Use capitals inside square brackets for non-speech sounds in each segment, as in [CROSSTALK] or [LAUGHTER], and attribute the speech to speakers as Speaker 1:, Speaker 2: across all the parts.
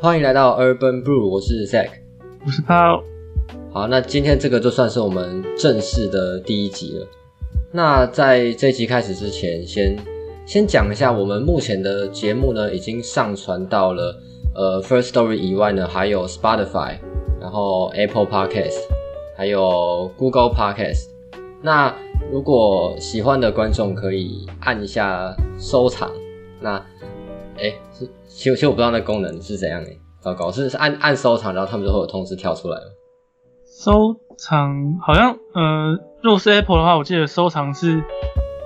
Speaker 1: 欢迎来到 Urban Brew，我是 Zack。
Speaker 2: 我是他，
Speaker 1: 好，那今天这个就算是我们正式的第一集了。那在这集开始之前，先先讲一下，我们目前的节目呢已经上传到了呃 First Story 以外呢，还有 Spotify，然后 Apple Podcast，还有 Google Podcast。那如果喜欢的观众可以按一下收藏。那哎、是其实其实我不知道那功能是怎样哎、糟糕，是是按按收藏，然后他们就会有通知跳出来吗？
Speaker 2: 收藏好像，呃，如果是 Apple 的话，我记得收藏是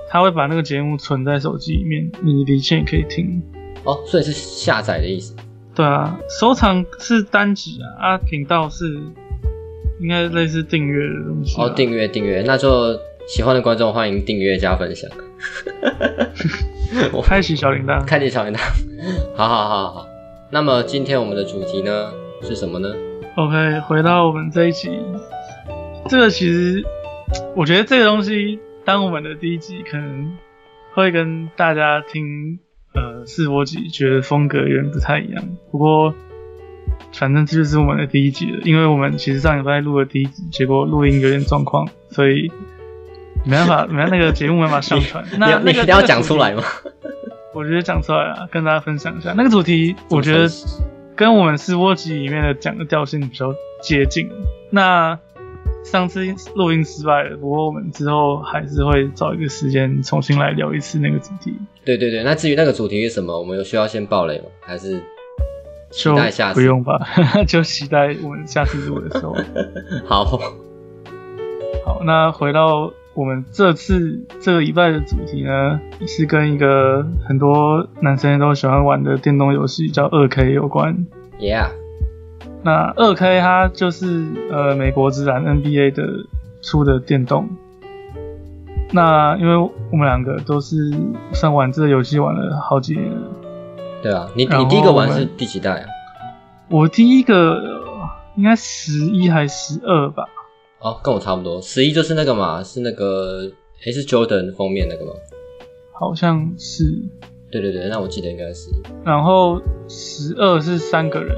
Speaker 2: 它会把那个节目存在手机里面，你离线也可以听。
Speaker 1: 哦，所以是下载的意思。
Speaker 2: 对啊，收藏是单集啊，啊，频道是应该类似订阅的东西、啊。
Speaker 1: 哦，订阅订阅，那就喜欢的观众欢迎订阅加分享， [LAUGHS]
Speaker 2: 开启小铃铛。
Speaker 1: 开启小铃铛。 [LAUGHS] 好好好好。那么今天我们的主题呢是什么呢？
Speaker 2: OK，回到我们这一集，这个其实我觉得这个东西，当我们的第一集可能会跟大家听呃试播集，觉得风格有点不太一样。不过反正这就是我们的第一集了，因为我们其实上礼拜录了第一集，结果录音有点状况，所以没办法，没办法那个节目没办法上传。那
Speaker 1: 你要
Speaker 2: 那
Speaker 1: 你
Speaker 2: 个
Speaker 1: 一定要讲出来吗？？
Speaker 2: 我觉得讲出来啊，跟大家分享一下那个主题，我觉得跟我们试播集里面的讲的调性比较接近。那上次录音失败了，不过我们之后还是会找一个时间重新来聊一次那个主题，
Speaker 1: [LAUGHS] 对对对，那至于那个主题是什么，我们有需要先爆雷吗？还
Speaker 2: [LAUGHS]
Speaker 1: 是期
Speaker 2: 就
Speaker 1: 待下
Speaker 2: 不
Speaker 1: 次？
Speaker 2: 用吧， [LAUGHS] 就期待我们下次录的
Speaker 1: [LAUGHS]
Speaker 2: 时候。
Speaker 1: 好，
Speaker 2: 好，那回到我们这次这个礼拜的主题呢，是跟一个很多男生都喜欢玩的电动游戏叫二 K 有关。
Speaker 1: ，Yeah，
Speaker 2: 那二 K 它就是呃美国职篮 NBA 的出的电动。那因为我们两个都是上玩这个游戏玩了好几年了，
Speaker 1: 对啊，你
Speaker 2: 然
Speaker 1: 你
Speaker 2: 后
Speaker 1: 第一个玩
Speaker 2: 我们
Speaker 1: 是第几代啊？
Speaker 2: 我第一个呃应该十一还十二吧，
Speaker 1: 哦，跟我差不多，十一就是那个嘛，是那个诶是 Jordan 封面那个吗？
Speaker 2: 好像是。
Speaker 1: 对对对，那我记得应该是
Speaker 2: 然后十二是三个人，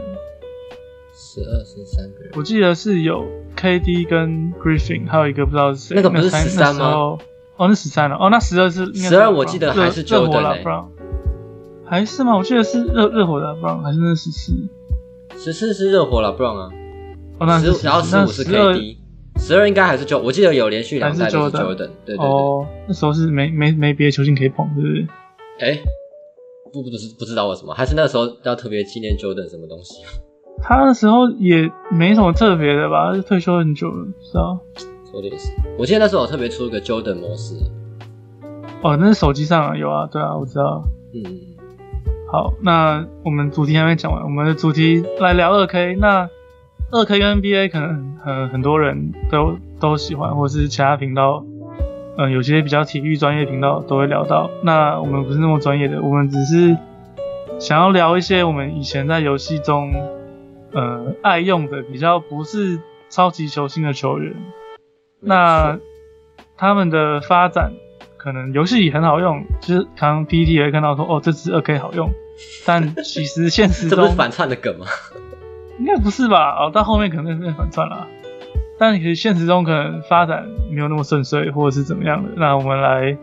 Speaker 1: 十二十三个人，
Speaker 2: 我记得是有 KD 跟 Griffin，还有一个不知道是谁。
Speaker 1: 那个不是
Speaker 2: 三
Speaker 1: 13吗？
Speaker 2: 那时候哦，那十三了。哦，那十二是应该是
Speaker 1: 12
Speaker 2: LeBron
Speaker 1: 我记得还是
Speaker 2: 热热火
Speaker 1: Jordan
Speaker 2: 了
Speaker 1: 欸
Speaker 2: b r o w 还是吗？我记得是热热火的 b r o w 还是那十四？
Speaker 1: 十四是热火了 b r o n 啊。
Speaker 2: 哦，那
Speaker 1: 十
Speaker 2: 是
Speaker 1: 五，然后十
Speaker 2: 那
Speaker 1: 五是
Speaker 2: 12
Speaker 1: KD，十二应该还是 j 我记得有连续两代都是
Speaker 2: 还是
Speaker 1: Jordan，
Speaker 2: Jordan
Speaker 1: 对对对。
Speaker 2: 哦，那时候是没没没别的球星可以捧，对不对？
Speaker 1: 哎、不不知不知道为什么，还是那时候要特别纪念 Jordan 什么东西，啊
Speaker 2: 他那时候也没什么特别的吧，退休很久了，不知道。
Speaker 1: 说的也是。我记得那时候有特别出一个 Jordan 模式，啊
Speaker 2: 哦，那是手机上啊，有啊，对啊，我知道。
Speaker 1: 嗯，
Speaker 2: 好，那我们主题还没讲完，我们的主题来聊二 K。那二 K 跟 NBA 可能呃很多人都都喜欢，或是其他频道，嗯、有些比较体育专业频道都会聊到。那我们不是那么专业的，我们只是想要聊一些我们以前在游戏中呃爱用的比较不是超级球星的球员，那他们的发展，可能游戏里很好用，就是可能 PPT 也会看到说，哦，这支二 K 好
Speaker 1: [LAUGHS]
Speaker 2: 用，但其实现实
Speaker 1: 这不
Speaker 2: 中
Speaker 1: 是反串的梗吗？
Speaker 2: 应该不是吧？哦，到后面可能会变反串了。但其实现实中可能发展没有那么顺遂，或者是怎么样的。那我们来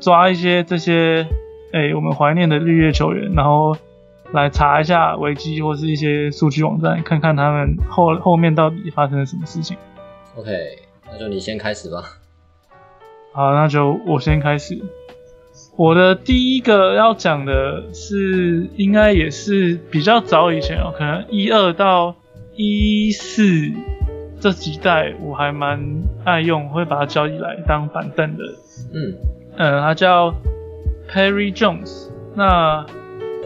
Speaker 2: 抓一些这些，哎、我们怀念的绿叶球员，然后来查一下维基或是一些数据网站，看看他们后后面到底发生了什么事情。
Speaker 1: OK，那就你先开始吧。
Speaker 2: 好，那就我先开始。我的第一个要讲的是，应该也是比较早以前哦，可能一二到一四这几代，我还蛮爱用，会把它交易来当板凳的。
Speaker 1: 嗯，
Speaker 2: 嗯，它叫 Perry Jones。那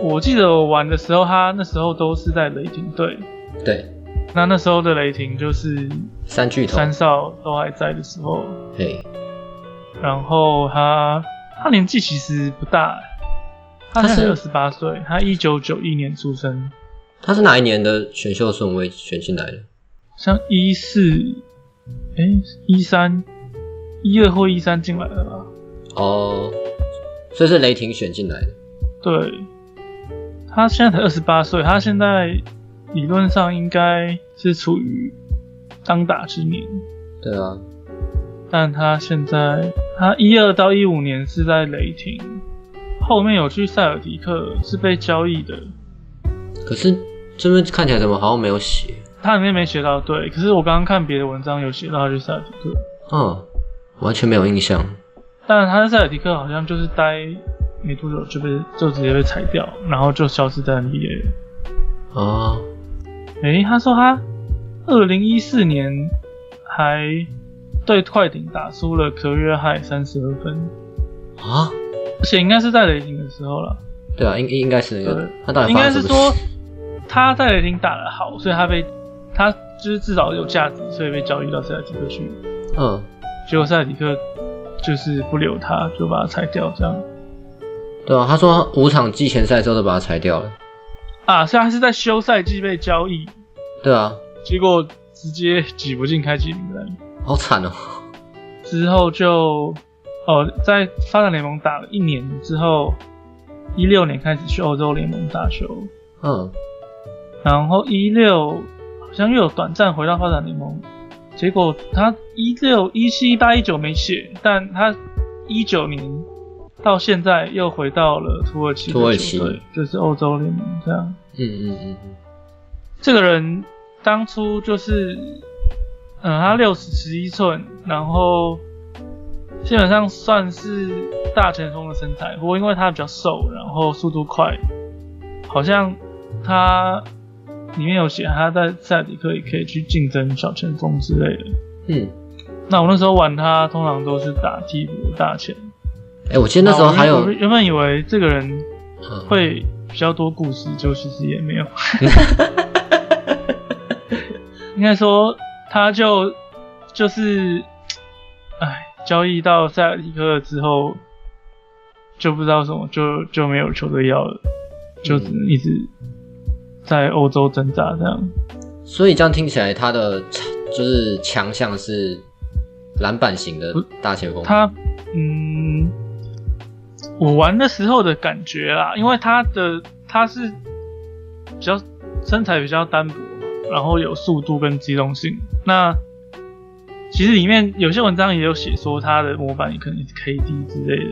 Speaker 2: 我记得我玩的时候，他那时候都是在雷霆队。
Speaker 1: 对，
Speaker 2: 那那时候的雷霆就是
Speaker 1: 三巨头，
Speaker 2: 三少都还在的时候，
Speaker 1: 嘿，
Speaker 2: 然后他他年纪其实不大，他
Speaker 1: 他
Speaker 2: 才
Speaker 1: 是
Speaker 2: 二十八岁，他一九九一年出生，
Speaker 1: 他是哪一年的选秀顺位选进来的？
Speaker 2: 像一四，哎一三，一二或一三进来的吧？
Speaker 1: 哦，所以是雷霆选进来的。
Speaker 2: 对，他现在才二十八岁，他现在理论上应该是处于当打之年，
Speaker 1: 对啊，
Speaker 2: 但他现在他一二到一五年是在雷霆，后面有去塞尔迪克是被交易的，
Speaker 1: 可是这边看起来怎么好像没有写？
Speaker 2: 他里面没写到对，可是我刚刚看别的文章有写到他去塞尔迪克，
Speaker 1: 嗯，完全没有印象。
Speaker 2: 但他在塞尔迪克好像就是待没多久就被就直接被裁掉，然后就消失在 NBA 了。
Speaker 1: 哦，
Speaker 2: 诶、他说他二零一四年还对快艇打出了可约亥三十二分，
Speaker 1: 啊，
Speaker 2: 而且应该是在雷霆的时候了。
Speaker 1: 对啊，应应该是那个
Speaker 2: 对，
Speaker 1: 他到底
Speaker 2: 呃应
Speaker 1: 发
Speaker 2: 该
Speaker 1: 生
Speaker 2: 是
Speaker 1: 什么
Speaker 2: 说
Speaker 1: 事？
Speaker 2: 他在雷霆打得好，所以他被他就是至少有价值，所以被交易到塞尔迪克去。
Speaker 1: 嗯，
Speaker 2: 结果塞尔迪克就是不留他，就把他裁掉这样。
Speaker 1: 对啊，他说五场季前赛之后都把他裁掉了。
Speaker 2: 啊，所以他是在休赛季被交易，
Speaker 1: 对啊，
Speaker 2: 结果直接挤不进开季名单。
Speaker 1: 好惨哦。
Speaker 2: 之后就哦，在发展联盟打了一年之后，一六年开始去欧洲联盟打球，
Speaker 1: 嗯，
Speaker 2: 然后一六好像又有短暂回到发展联盟，结果他一六一七一八一九没写，但他一九年到现在又回到了土耳其的球队，
Speaker 1: 土耳其
Speaker 2: 就是欧洲联盟这样。
Speaker 1: 嗯嗯嗯嗯，
Speaker 2: 这个人当初就是，嗯，他六尺十一寸，然后基本上算是大前锋的身材，不过因为他比较瘦，然后速度快，好像他里面有写他在塞尔迪克也可以去竞争小前锋之类的。
Speaker 1: 嗯，
Speaker 2: 那我那时候玩他，通常都是打替补大前。
Speaker 1: 哎、我记得那时候还
Speaker 2: 我
Speaker 1: 有，
Speaker 2: 原本以为这个人
Speaker 1: 嗯、
Speaker 2: 会比较多故事，就其实也没有。应该说，他就就是，哎，交易到塞尔提克之后，就不知道什么，就就没有球队要了，就只能一直在欧洲挣扎这样。
Speaker 1: 所以这样听起来，他的就是强项是篮板型的大前锋。
Speaker 2: 他，嗯，我玩的时候的感觉啦，因为他的他是比较身材比较单薄，然后有速度跟机动性。那其实里面有些文章也有写说他的模板也可能是 KD 之类的，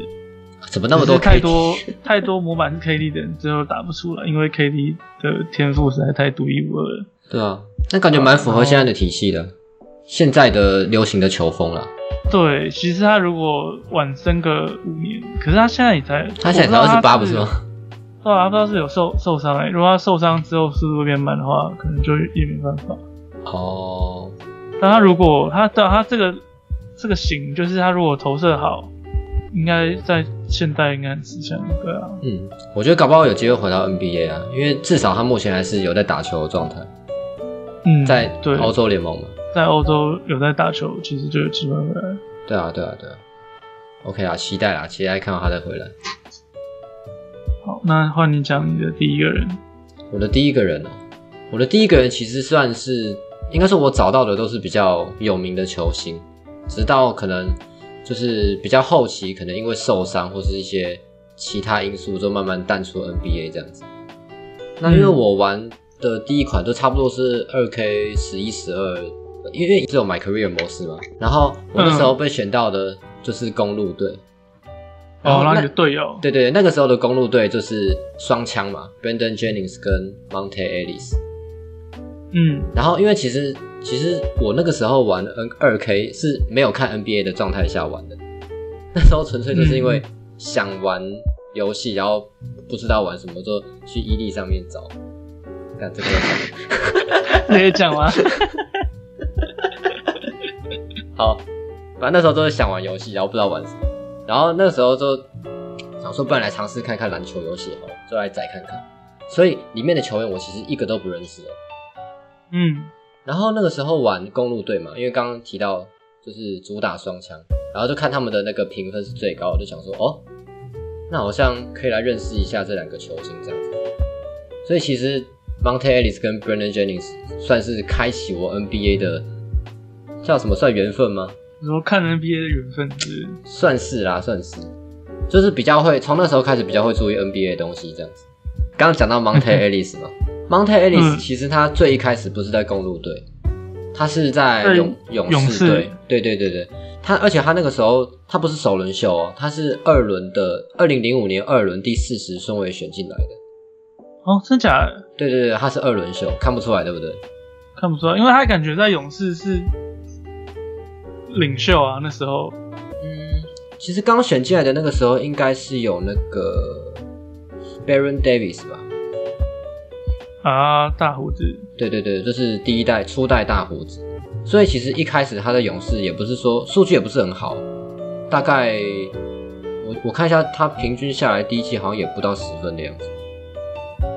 Speaker 1: 怎么那么多
Speaker 2: 只是太
Speaker 1: KD
Speaker 2: 多太多模板是 KD 的人最后打不出来，因为 KD 的天赋实在太独一无二了。
Speaker 1: 对啊，那感觉蛮符合现在的体系的，现在的流行的球风啦。
Speaker 2: 对，其实他如果晚生个五年，可是他现在也才，
Speaker 1: 他现在才
Speaker 2: 我知道
Speaker 1: 二十八，
Speaker 2: 是
Speaker 1: 不是吗？
Speaker 2: 对啊，不知道是有受受伤哎、如果他受伤之后速度变慢的话，可能就也没办法。
Speaker 1: 哦，
Speaker 2: 但他如果他对、啊、他这个这个型，就是他如果投射好，应该在现代应该很吃香。对啊，
Speaker 1: 嗯，我觉得搞不好有机会回到 NBA 啊，因为至少他目前还是有在打球的状态，
Speaker 2: 嗯，
Speaker 1: 在
Speaker 2: 对
Speaker 1: 欧洲联盟嘛。
Speaker 2: 在欧洲有在打球，其实就有机会回来。
Speaker 1: 对啊，对啊，对啊。OK 啊，期待啦，期待看到他再回来。
Speaker 2: 好，那换你讲你的第一个人，
Speaker 1: 我的第一个人哦、我的第一个人其实算是，应该说我找到的都是比较有名的球星，直到可能就是比较后期，可能因为受伤或是一些其他因素，就慢慢淡出 NBA 这样子。那因为
Speaker 2: 嗯
Speaker 1: 我玩的第一款就差不多是二 K 十一十二，因为只有 My Career 模式嘛，然后我那时
Speaker 2: 嗯
Speaker 1: 候被选到的就是公路队。然后
Speaker 2: 哦，然后
Speaker 1: 那
Speaker 2: 你的队友，
Speaker 1: 对对，那个时候的公路队就是双枪嘛，Brandon Jennings 跟 Monte Ellis。
Speaker 2: 嗯
Speaker 1: 然后因为其实其实我那个时候玩 N 二 K 是没有看 NBA 的状态下玩的，那时候纯粹就是因为想玩游戏，然后不知道玩什么，就去伊利上面找。看这个要讲吗，
Speaker 2: 直接讲完。
Speaker 1: 好，反正那时候都是想玩游戏，然后不知道玩什么，然后那时候就想说，不然来尝试看看篮球游戏好了，就来载看看。所以里面的球员我其实一个都不认识哦。
Speaker 2: [LAUGHS] 嗯
Speaker 1: 然后那个时候玩公路队嘛，因为刚刚提到就是主打双枪，然后就看他们的那个评分是最高的，就想说哦，那好像可以来认识一下这两个球星这样子。所以其实 Monte Ellis 跟 Brandon Jennings 算是开启我 NBA 的叫什么算缘分吗？
Speaker 2: 你说看 NBA 的缘分是
Speaker 1: 算是啦、算是， [LAUGHS] 就是比较会从那时候开始比较会注意 NBA 的东西这样子。刚刚讲到 Monte Ellis 嘛， Monte Ellis
Speaker 2: 嗯
Speaker 1: 其实他最一开始不是在公路队，他是在
Speaker 2: 在
Speaker 1: 勇勇
Speaker 2: 勇
Speaker 1: 士
Speaker 2: 士
Speaker 1: 队。对对对对，他而且他那个时候他不是首轮秀哦，他是二轮的，二零零五年二轮第四十顺位选进来的。
Speaker 2: 哦，真假的
Speaker 1: 对对对，他是二轮秀，看不出来对不对？
Speaker 2: 看不出来，因为他感觉在勇士是领袖啊，那时候
Speaker 1: 嗯，其实刚选进来的那个时候应该是有那个 Baron Davis 吧？
Speaker 2: 啊大胡子，
Speaker 1: 对对对，就是第一代初代大胡子，所以其实一开始他在勇士也不是说数据也不是很好，大概我我看一下他平均下来第一季好像也不到十分的样子，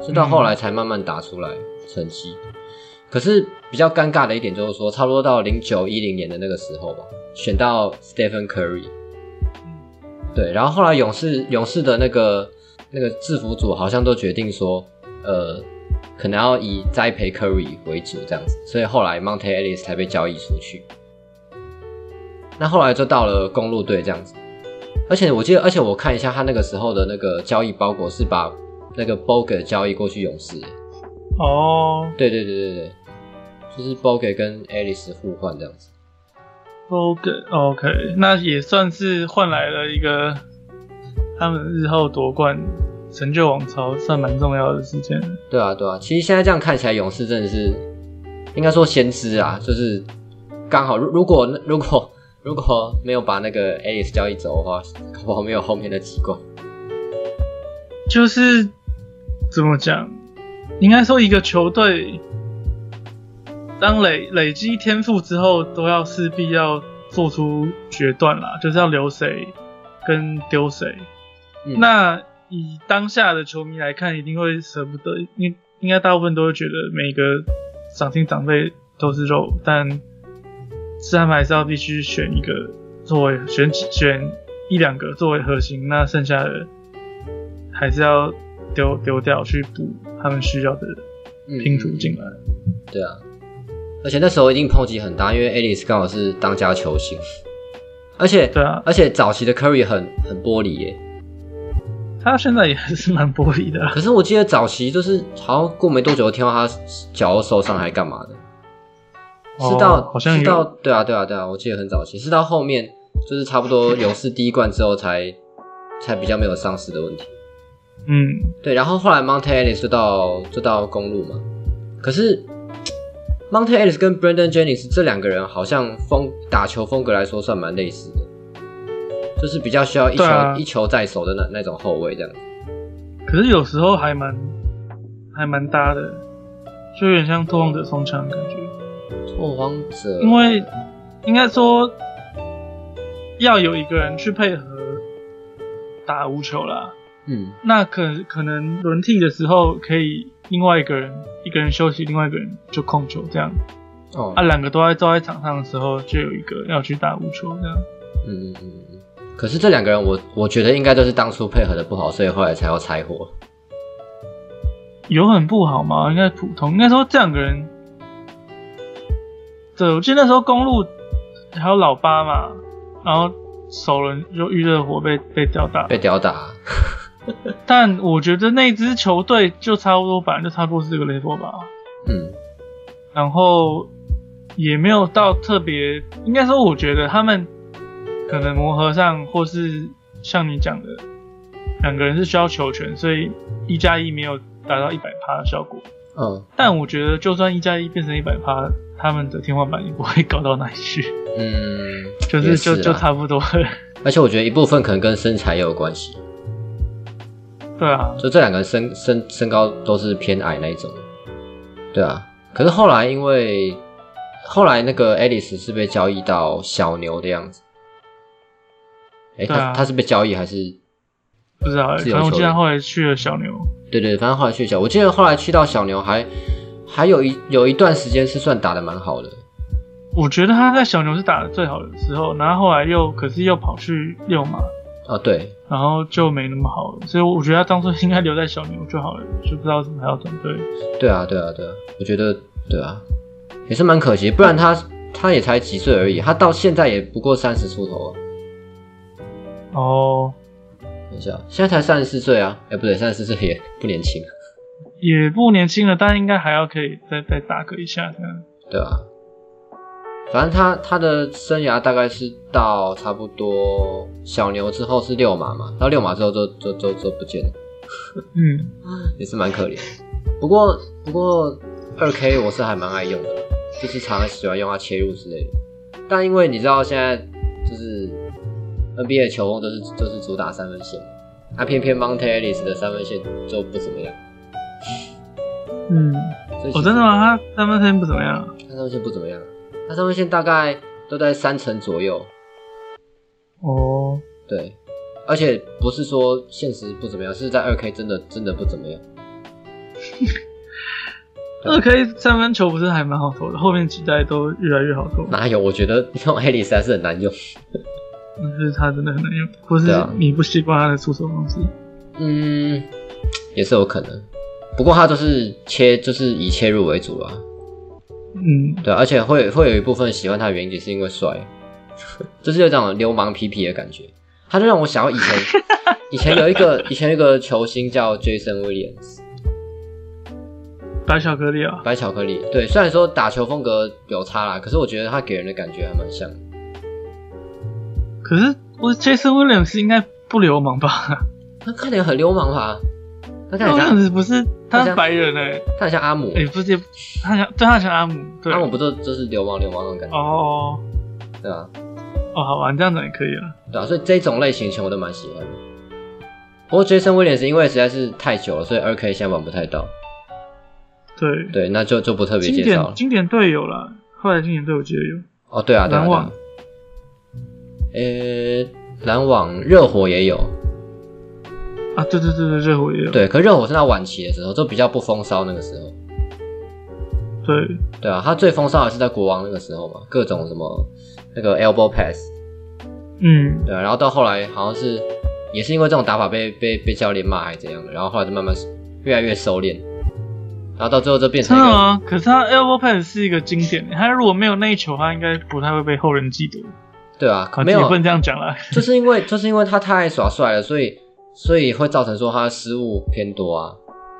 Speaker 1: 是到后来才慢慢打出来成绩。可是比较尴尬的一点就是说，差不多到零九一零年的那个时候吧，选到 Stephen Curry，对，然后后来勇士勇士的那个那个制服组好像都决定说，呃，可能要以栽培 Curry 为主这样子，所以后来 Monte Ellis 才被交易出去。那后来就到了公路队这样子，而且我记得，而且我看一下他那个时候的那个交易包裹是把那个 Bogut 交易过去勇士，
Speaker 2: 哦
Speaker 1: 对对对对对，就是 Bogut 跟 Ellis 互换这样子。
Speaker 2: ，Bogan OK，那也算是换来了一个他们日后夺冠成就王朝算蛮重要的事件。
Speaker 1: 对啊，对啊，其实现在这样看起来，勇士真的是应该说先知啊，就是刚好，如如果如果如果没有把那个 Alice 交易走的话，搞不好没有后面的几冠。
Speaker 2: 就是怎么讲，应该说一个球队当累累积天赋之后，都要势必要做出决断啦，就是要留谁跟丢谁。
Speaker 1: 嗯
Speaker 2: 那以当下的球迷来看，一定会舍不得，应应该大部分都会觉得每个赏金长辈都是肉，但是他们还是要必须选一个作为选几选一两个作为核心，那剩下的还是要丢丢掉去补他们需要的
Speaker 1: 嗯
Speaker 2: 拼图进来。
Speaker 1: 对啊，而且那时候一定抨击很大，因为 Alice 刚好是当家球星，而且
Speaker 2: 对啊，
Speaker 1: 而且早期的 Curry 很很玻璃耶，
Speaker 2: 他现在也还是蛮玻璃的啊啦，
Speaker 1: 可是我记得早期就是好像过没多久，听到他脚又受伤还干嘛的，是到、
Speaker 2: 哦好像
Speaker 1: 是
Speaker 2: 有
Speaker 1: 到对啊对啊对啊，我记得很早期，是到后面就是差不多勇士第一冠之后才才比较没有伤势的问题。
Speaker 2: 嗯，
Speaker 1: 对，然后后来 Monte Ellis 就到就到公路嘛，可是 Monte Ellis 跟 Brandon Jennings 这两个人好像风打球风格来说算蛮类似的，就是比较需要一球、
Speaker 2: 对啊
Speaker 1: 一球在手的那那种后卫这样子。
Speaker 2: 可是有时候还蛮还蛮搭的，就有点像拓荒者双枪的感觉。
Speaker 1: 拓荒者，
Speaker 2: 因为应该说要有一个人去配合打无球啦。
Speaker 1: 嗯
Speaker 2: 那可可能轮替的时候，可以另外一个人一个人休息，另外一个人就控球这样。
Speaker 1: 哦
Speaker 2: 啊，两个都在都在场上的时候，就有一个要去打无球这样。
Speaker 1: 嗯嗯嗯嗯嗯，可是这两个人我我觉得应该都是当初配合的不好，所以后来才要拆伙。
Speaker 2: 有很不好吗？应该普通，应该说这两个人，对我记得那时候公路还有老八嘛，然后首轮就遇热火被被吊打，
Speaker 1: 被吊打，
Speaker 2: 但我觉得那支球队就差不多，本来就差不多是这个 level 吧。
Speaker 1: 嗯
Speaker 2: 然后也没有到特别，应该说，我觉得他们可能磨合上，或是像你讲的，两个人是需要球权，所以一加一没有达到一百趴的效果。
Speaker 1: 嗯
Speaker 2: 但我觉得，就算一加一变成一百趴，他们的天花板也不会高到哪里去， [LAUGHS]
Speaker 1: 嗯，
Speaker 2: 就是
Speaker 1: 也
Speaker 2: 就是就
Speaker 1: 啊
Speaker 2: 差不多了。
Speaker 1: 而且我觉得一部分可能跟身材也有关系，
Speaker 2: 对啊，
Speaker 1: 就这两个人身身身高都是偏矮那一种，对啊。可是后来因为后来那个 Alice 是被交易到小牛的样子，诶，
Speaker 2: 对啊
Speaker 1: 他他是被交易还是？
Speaker 2: 不知道欸，
Speaker 1: 自
Speaker 2: 可
Speaker 1: 由
Speaker 2: 能我
Speaker 1: 球
Speaker 2: 记得
Speaker 1: 员
Speaker 2: 后来去了小牛，
Speaker 1: 对对，反正后来去小，我记得后来去到小牛还还有一有一段时间是算打的蛮好的，
Speaker 2: 我觉得他在小牛是打的最好的时候，然后后来又可是又跑去六马，
Speaker 1: 哦对，
Speaker 2: 然后就没那么好了，所以我觉得他当初应该留在小牛就好了，就不知道怎么还要转队。
Speaker 1: 对啊，对啊，对啊，我觉得对啊，也是蛮可惜，不然他他也才几岁而已，他到现在也不过三十出头啊。
Speaker 2: 哦，
Speaker 1: 啊等一下，现在才三十四岁啊，哎，不对，三十四岁也不年轻。
Speaker 2: 也不年轻了，但应该还要可以再再打个一下这样。
Speaker 1: 对啊，反正他他的生涯大概是到差不多小牛之后是六马嘛，到六马之后就就就就不见了，
Speaker 2: 嗯，
Speaker 1: 也是蛮可怜。不过不过二 K 我是还蛮爱用的，就是常常喜欢用它切入之类的。但因为你知道现在就是 NBA 球风就是就是主打三分线嘛，那、偏偏 Monte Ellis 的三分线就不怎么样。
Speaker 2: 嗯，
Speaker 1: 所以其
Speaker 2: 哦，
Speaker 1: 实
Speaker 2: 真的吗？他三分线不怎么样啊？
Speaker 1: 他上面线不怎么样，他上面线大概都在三成左右，
Speaker 2: 哦，
Speaker 1: 对，而且不是说现实不怎么样，是在二 K 真的真的不怎么样。
Speaker 2: 二 K 三分球不是还蛮好投的，后面几代都越来越好投，
Speaker 1: 哪有？我觉得 [LAUGHS] 用艾丽丝还是很难用。
Speaker 2: 但是他真的很难用，或是
Speaker 1: 对啊
Speaker 2: 你不习惯他的出手方式。
Speaker 1: 嗯，也是有可能。不过他就是切，就是以切入为主啦。
Speaker 2: 嗯，
Speaker 1: 对，啊而且会会有一部分喜欢他的原因，也是因为帅， [LAUGHS] 就是有种流氓皮皮的感觉。他就让我想到以前，以前有一个以前有一个球星叫 Jason Williams，
Speaker 2: 白巧克力啊，
Speaker 1: 白巧克力。对，虽然说打球风格有差啦，可是我觉得他给人的感觉还蛮像的。
Speaker 2: 可是我 Jason Williams 应该不流氓吧
Speaker 1: 他看起来很流氓吧？他看起来像
Speaker 2: ？Williams 不是他
Speaker 1: 好
Speaker 2: 是
Speaker 1: 像
Speaker 2: 白人哎、欸，
Speaker 1: 啊他很像阿姆，
Speaker 2: 哎、不是他像对他像阿姆，对
Speaker 1: 阿姆不就就是流氓流氓那种感觉，
Speaker 2: 哦
Speaker 1: 对吧、
Speaker 2: 哦，好吧，你这样讲也可以了。
Speaker 1: 对啊，所以这种类型球我都蛮喜欢的。不过 Jason Williams 因为实在是太久了，所以二 K 现在玩不太到。
Speaker 2: 对，
Speaker 1: 对，那就就不特别
Speaker 2: 经
Speaker 1: 介绍
Speaker 2: 典
Speaker 1: 了。
Speaker 2: 经典队友啦，后来经典队友记得有，
Speaker 1: 哦，对啊，对啊，
Speaker 2: 篮
Speaker 1: 对
Speaker 2: 网
Speaker 1: 啊。呃，篮网、热火也有，
Speaker 2: 啊，对对对对，热火也有，
Speaker 1: 对，可热火是他晚期的时候，就比较不风骚那个时候。
Speaker 2: 对
Speaker 1: 对啊，他最风骚的是在国王那个时候嘛，各种什么那个 elbow pass，
Speaker 2: 嗯，
Speaker 1: 对啊，然后到后来好像是也是因为这种打法被被被教练骂还是怎样的，然后后来就慢慢越来越收敛，然后到最后就变成
Speaker 2: 真
Speaker 1: 一
Speaker 2: 的
Speaker 1: 个
Speaker 2: 吗？可是他 elbow pass 是一个经典，他如果没有那一球，他应该不太会被后人记得。
Speaker 1: 对啊
Speaker 2: 好，，
Speaker 1: 没
Speaker 2: 也
Speaker 1: 有
Speaker 2: 不，能这样讲啦。
Speaker 1: 就是因为就是因为他太爱耍帅了，所以所以会造成说他的失误偏多啊。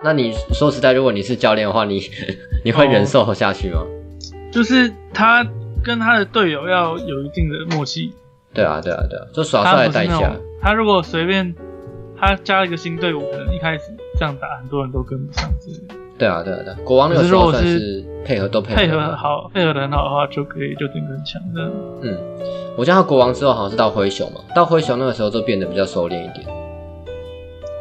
Speaker 1: 那你说实在，如果你是教练的话，你 [LAUGHS] 你会忍受下去
Speaker 2: 哦
Speaker 1: 吗？
Speaker 2: 就是他跟他的队友要有一定的默契，
Speaker 1: 对啊，对啊，对啊，就耍
Speaker 2: 他
Speaker 1: 帅的
Speaker 2: 不是
Speaker 1: 代
Speaker 2: 那
Speaker 1: 价
Speaker 2: 种。，他如果随便他加了一个新队伍，可能一开始这样打，很多人都跟不上之类的。
Speaker 1: 对啊，对啊，对啊。国王那个时候算是配合都配合
Speaker 2: 配
Speaker 1: 得
Speaker 2: 合
Speaker 1: 很，
Speaker 2: 好，配合的很好的话，就可以就整个很强的。
Speaker 1: 嗯。我叫他国王之后好像是到灰熊嘛，到灰熊那个时候就变得比较收敛一点，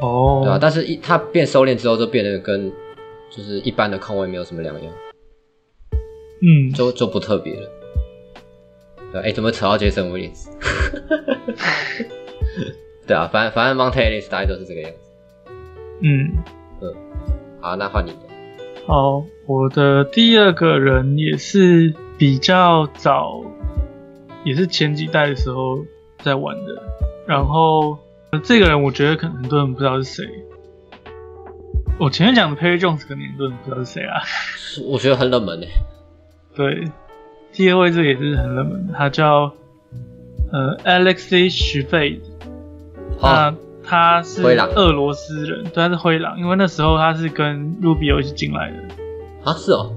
Speaker 2: 哦
Speaker 1: 对啊吧、但是一他变收敛之后，就变得跟就是一般的控卫没有什么两样，
Speaker 2: 嗯，
Speaker 1: 就就不特别了。对啊，哎、怎么扯到杰森威廉斯？ [LAUGHS] 对啊，反正反正 Monte Ellis 大概都是这个样子。
Speaker 2: 嗯，
Speaker 1: 好，那换你的。
Speaker 2: 好，哦我的第二个人也是比较早，也是前几代的时候在玩的。然后呃这个人我觉得可能很多人不知道是谁。我前面讲的 Perry Jones 可能很多人不知道是谁啊。 [LAUGHS]
Speaker 1: 我觉得很冷门诶、
Speaker 2: 对，第二位这个也是很冷门的，他叫呃 Alexey s h u f e d
Speaker 1: 哦
Speaker 2: 那他是
Speaker 1: 灰狼
Speaker 2: 俄罗斯人，对，他是灰狼，因为那时候他是跟 Rubio 一起进来的，
Speaker 1: 啊，是哦，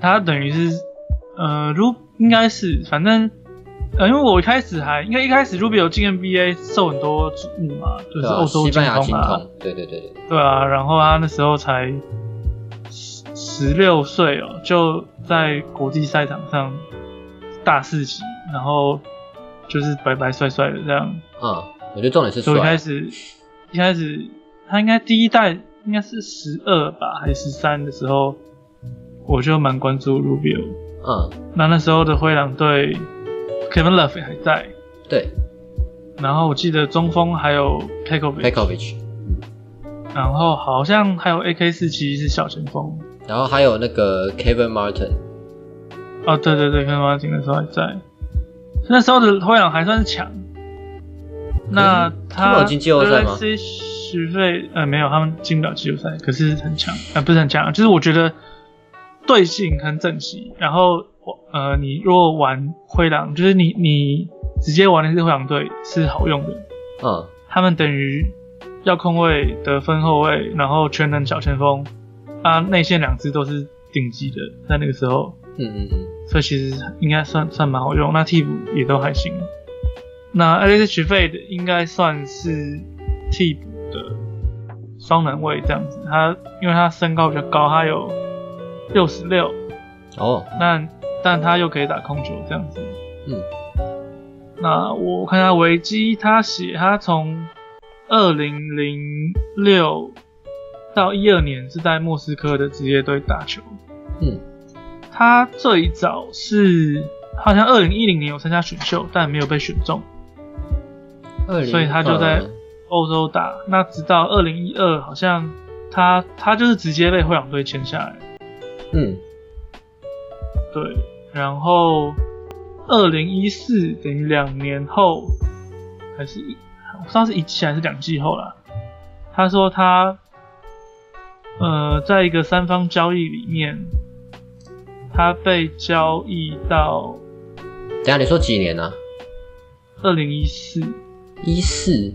Speaker 2: 他等于是呃 Rub 应该是反正。呃，因为我一开始还，因为一开始 Rubio 进 NBA 受很多瞩目嘛，
Speaker 1: 对
Speaker 2: 就是
Speaker 1: 啊，
Speaker 2: 欧洲
Speaker 1: 西班牙金
Speaker 2: 童啊，
Speaker 1: 童，对对对对，
Speaker 2: 对啊，然后他那时候才十十六岁哦，就在国际赛场上大四喜，然后就是白白帅帅的这样。
Speaker 1: 嗯，我觉得重点是
Speaker 2: 所以我一
Speaker 1: 帅
Speaker 2: 开，始一开始他应该第一代应该是十二吧，还是十三的时候，我就蛮关注 Rubio。
Speaker 1: 嗯，
Speaker 2: 那那时候的灰狼队 Kevin Love 也还在，
Speaker 1: 对
Speaker 2: 然后我记得中锋还有 p e k o v
Speaker 1: p e
Speaker 2: i
Speaker 1: k
Speaker 2: c
Speaker 1: o v i c
Speaker 2: 然后好像还有 AK 四七是小前锋。
Speaker 1: 然后还有那个 Kevin Martin，
Speaker 2: 哦，对对对，跟马丁的时候还在，那时候的灰狼还算是强。那
Speaker 1: 嗯他们
Speaker 2: 他
Speaker 1: 有进季后赛吗
Speaker 2: 十费呃没有，他们进不了季后赛，可是很强啊、呃不是很强，就是我觉得队形很整齐。然后呃，你如果玩灰狼，就是你你直接玩的是灰狼队是好用的，
Speaker 1: 嗯，
Speaker 2: 他们等于要控卫、得分后卫，然后全能小前锋，啊，内线两支都是顶级的，在那个时候，
Speaker 1: 嗯嗯嗯，
Speaker 2: 所以其实应该算算蛮好用。那替补也都还行。那 Alex Fade 应该算是替补的双能卫这样子。他因为他身高比较高，他有六十六，
Speaker 1: 哦，
Speaker 2: 那但他又可以打控球这样子。
Speaker 1: 嗯，
Speaker 2: 那我看下维基，他写他从二零零六到一二年是在莫斯科的职业队打球。
Speaker 1: 嗯，
Speaker 2: 他最早是好像二零一零年有参加选秀，但没有被选中，
Speaker 1: 二零，
Speaker 2: 所以他就在欧洲打。那直到二零一二，好像他他就是直接被灰狼队签下来。
Speaker 1: 嗯
Speaker 2: 对，然后二零一四等于两年后，还是一，我不知道是一季还是两季后啦。他说他，呃，在一个三方交易里面，他被交易到
Speaker 1: 等一下你说几年啊？
Speaker 2: 二零一四
Speaker 1: 一四，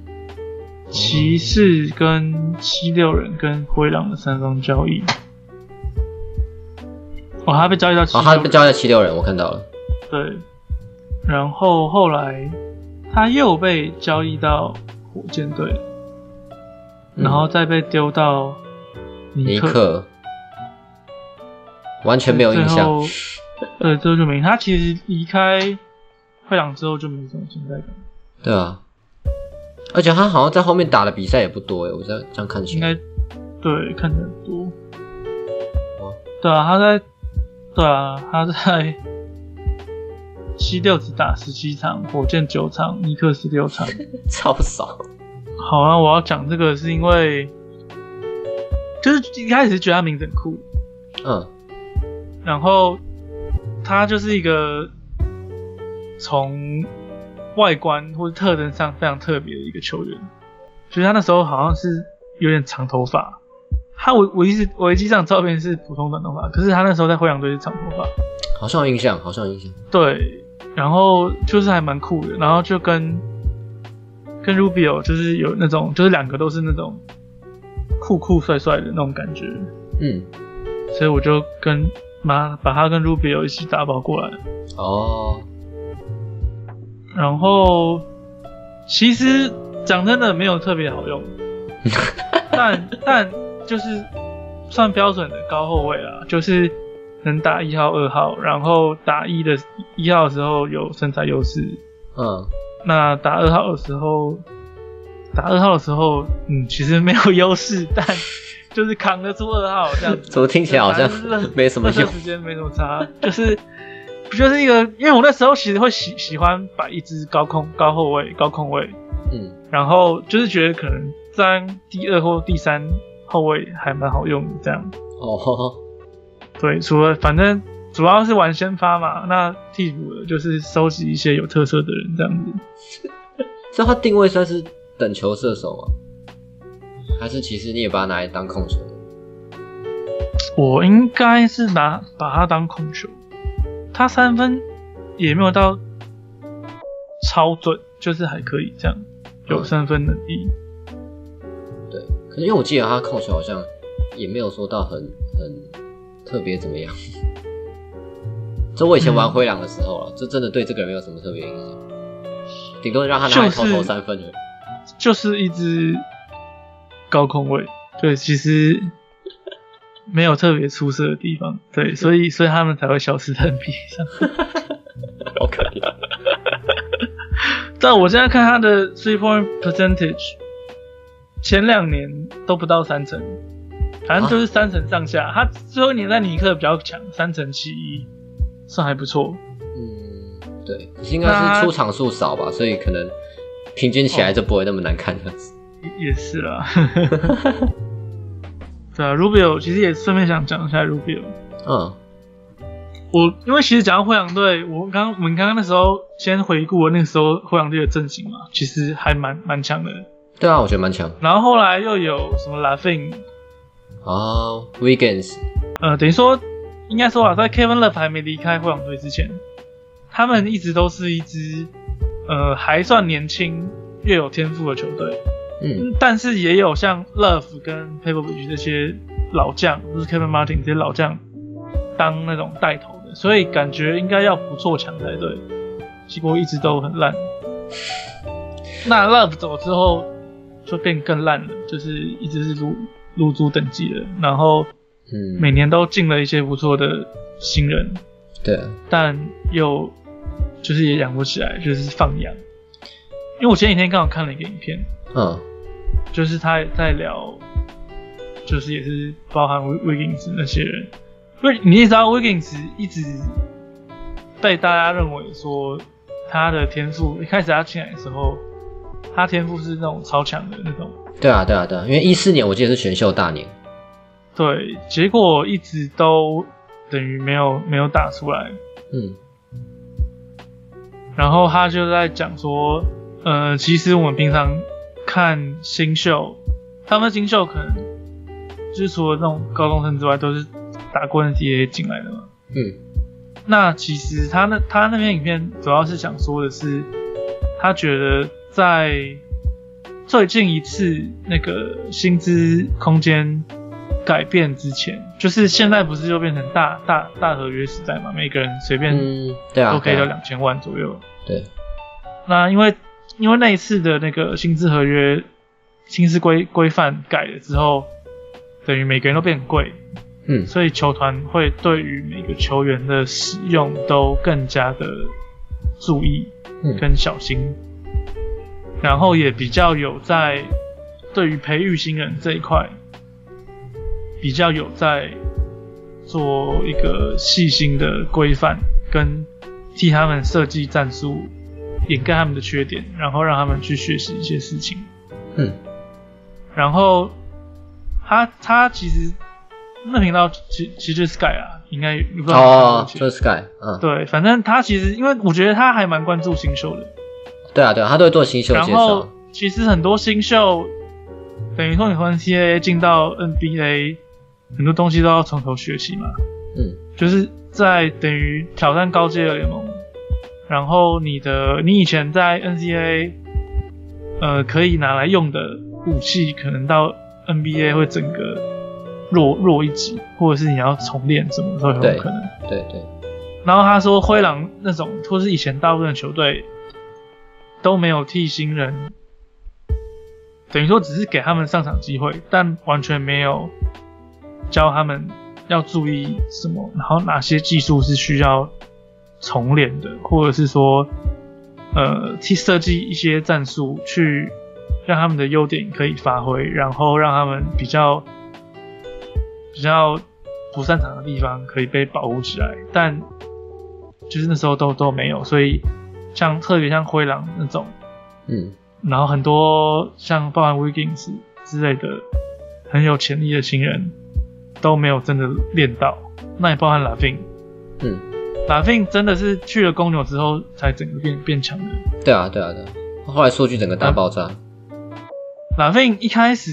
Speaker 2: 骑士跟七六人跟灰狼的三方交易。哦，他被交易到七
Speaker 1: 哦，
Speaker 2: 六人。
Speaker 1: 他被交易在七六人，我看到了。
Speaker 2: 对，然后后来他又被交易到火箭队，
Speaker 1: 嗯
Speaker 2: 然后再被丢到尼
Speaker 1: 尼
Speaker 2: 克，
Speaker 1: 克，完全没有印
Speaker 2: 最
Speaker 1: 象
Speaker 2: 后。对，最后就没他其实离开灰狼之后就没什么存在感，
Speaker 1: 对啊，而且他好像在后面打的比赛也不多哎，我这样这样看起
Speaker 2: 应
Speaker 1: 来，
Speaker 2: 该对看得很多
Speaker 1: 哦。
Speaker 2: 对啊，他在对啊，他在七六只打十七场，火箭九场，尼克十六场。
Speaker 1: 超少。
Speaker 2: 好啊，我要讲这个是因为，就是一开始觉得他名字很酷，
Speaker 1: 嗯
Speaker 2: 然后他就是一个从外观或者特征上非常特别的一个球员。就是他那时候好像是有点长头发，他我我一直我一记上照片是普通短头发，可是他那时候在灰狼队是长头发。
Speaker 1: 好像有印象，好像有印象。
Speaker 2: 对，然后就是还蛮酷的，然后就跟跟 Rubio 就是有那种，就是两个都是那种酷酷帅帅的那种感觉，
Speaker 1: 嗯，
Speaker 2: 所以我就跟妈把他跟 Rubio 一起打包过来，
Speaker 1: 哦，
Speaker 2: 然后其实讲真的没有特别好用，但但就是算标准的高后卫啦，就是能打一号、二号，然后打一的一号的时候有身材优势。
Speaker 1: 嗯，
Speaker 2: 那打二号的时候，打二号的时候，嗯，其实没有优势，但就是扛得住二号这样子。
Speaker 1: 怎么 [LAUGHS] 听起来好像
Speaker 2: 就是
Speaker 1: 没什么
Speaker 2: 那段
Speaker 1: 用？
Speaker 2: 时间没什么差，就是不就是一个，因为我那时候其实会喜喜欢摆一支高空高后卫高空位，
Speaker 1: 嗯
Speaker 2: 然后就是觉得可能当第二或第三后卫还蛮好用的这样。
Speaker 1: 哦， [LAUGHS]
Speaker 2: 对，除了反正主要是玩先发嘛，那替补的就是收集一些有特色的人这样子。
Speaker 1: 所以他定位算是等球射手吗？还是其实你也把他拿来当控球？
Speaker 2: 我应该是拿把他当控球，他三分也没有到超准，就是还可以这样，有三分能力。
Speaker 1: 对，可是因为我记得他控球好像也没有说到很很特别怎么样。这我以前玩灰狼的时候了，这真的对这个人没有什么特别印象，顶多让他拿来投
Speaker 2: 就
Speaker 1: 投
Speaker 2: 是
Speaker 1: 三分而已。
Speaker 2: 就是一只高空位，对，其实没有特别出色的地方，对，所以所以他们才会消失在 NBA 上。
Speaker 1: [LAUGHS] 好可怜。
Speaker 2: 但我现在看他的 three point percentage，前两年都不到三成，反正就是三成上下。他最后一年在尼克比较强，三成七一，算还不错。
Speaker 1: 嗯，对，应该是出场数少吧，所以可能平均起来就不会那么难看这样子。
Speaker 2: 也也是啦。 [LAUGHS] 对啊，Rubio 其实也顺便想讲一下 Rubio。
Speaker 1: 嗯
Speaker 2: 我因为其实讲到灰狼队，我刚我们刚刚那时候先回顾了那个时候灰狼队的阵型嘛，其实还蛮蛮强的。
Speaker 1: 对啊，我觉得蛮强
Speaker 2: 然后后来又有什么 Laughing，
Speaker 1: 啊。Weekends，
Speaker 2: 呃，等于说，应该说啊，在 Kevin Love 还没离开灰狼队之前，他们一直都是一支呃还算年轻、越有天赋的球队，
Speaker 1: 嗯
Speaker 2: 但是也有像 Love 跟 p a p e r b i d g e 这些老将，就是 Kevin Martin 这些老将当那种带头的，所以感觉应该要不错强才对。结果一直都很烂。那 Love 走之后就变更烂了，就是一直是入入租等级的，然后
Speaker 1: 嗯，
Speaker 2: 每年都进了一些不错的新人，
Speaker 1: 对，啊
Speaker 2: 但又就是也养不起来，就是放养。因为我前几天刚好看了一个影片，
Speaker 1: 嗯
Speaker 2: 就是他在聊，就是也是包含 Wi- Wiggins 那些人，因为你也知道 Wiggins 一直被大家认为说他的天赋，一开始他进来的时候，他天赋是那种超强的那种，
Speaker 1: 对啊对啊对啊，因为一四年我记得是选秀大年，
Speaker 2: 对，结果一直都等于没有没有打出来，
Speaker 1: 嗯
Speaker 2: 然后他就在讲说，呃，其实我们平常看新秀，他们新秀可能就是除了那种高中生之外，都是打过 NBA 进来的嘛。
Speaker 1: 嗯
Speaker 2: 那其实他那他那篇影片主要是想说的是，他觉得在最近一次那个薪资空间改变之前，就是现在不是就变成大大大合约时代嘛，每个人随便
Speaker 1: 嗯，对啊，
Speaker 2: 都可以
Speaker 1: 对
Speaker 2: 到
Speaker 1: 啊
Speaker 2: 两千万左右。
Speaker 1: 对，
Speaker 2: 那因为因为那一次的那个薪资合约薪资规规范改了之后，等于每个人都变很贵，
Speaker 1: 嗯
Speaker 2: 所以球团会对于每个球员的使用都更加的注意
Speaker 1: 嗯
Speaker 2: 跟小心，然后也比较有在对于培育新人这一块比较有在做一个细心的规范，跟替他们设计战术，掩盖他们的缺点，然后让他们去学习一些事情。
Speaker 1: 嗯
Speaker 2: 然后他他其实那频道其其实就是 Sky 啊，应该不知道
Speaker 1: 哦，
Speaker 2: 有没有看过
Speaker 1: 就是 Sky，嗯，
Speaker 2: 对，反正他其实因为我觉得他还蛮关注新秀的，
Speaker 1: 对啊对啊，他都会做新秀
Speaker 2: 然
Speaker 1: 介
Speaker 2: 后
Speaker 1: 绍，
Speaker 2: 其实很多新秀，等于说你从 CAA 进到 NBA，很多东西都要从头学习嘛。
Speaker 1: 嗯，
Speaker 2: 就是在等于挑战高阶的联盟，然后你的你以前在 NCAA，呃，可以拿来用的武器，可能到 NBA 会整个弱弱一级，或者是你要重练，什么都有
Speaker 1: 对
Speaker 2: 可能。
Speaker 1: 对对，
Speaker 2: 然后他说灰狼那种，或是以前大部分的球队都没有替新人，等于说只是给他们上场机会，但完全没有教他们要注意什么，然后哪些技术是需要重练的，或者是说，呃，去设计一些战术去让他们的优点可以发挥，然后让他们比较比较不擅长的地方可以被保护起来，但就是那时候都都没有，所以像特别像灰狼那种，
Speaker 1: 嗯
Speaker 2: 然后很多像包含 Wiggins 之类的很有潜力的新人都没有真的练到，那也包含拉菲，
Speaker 1: 嗯，
Speaker 2: 拉菲真的是去了公牛之后才整个变变强的。
Speaker 1: 对啊对啊对啊，后来数据整个大爆炸，
Speaker 2: 拉菲一开始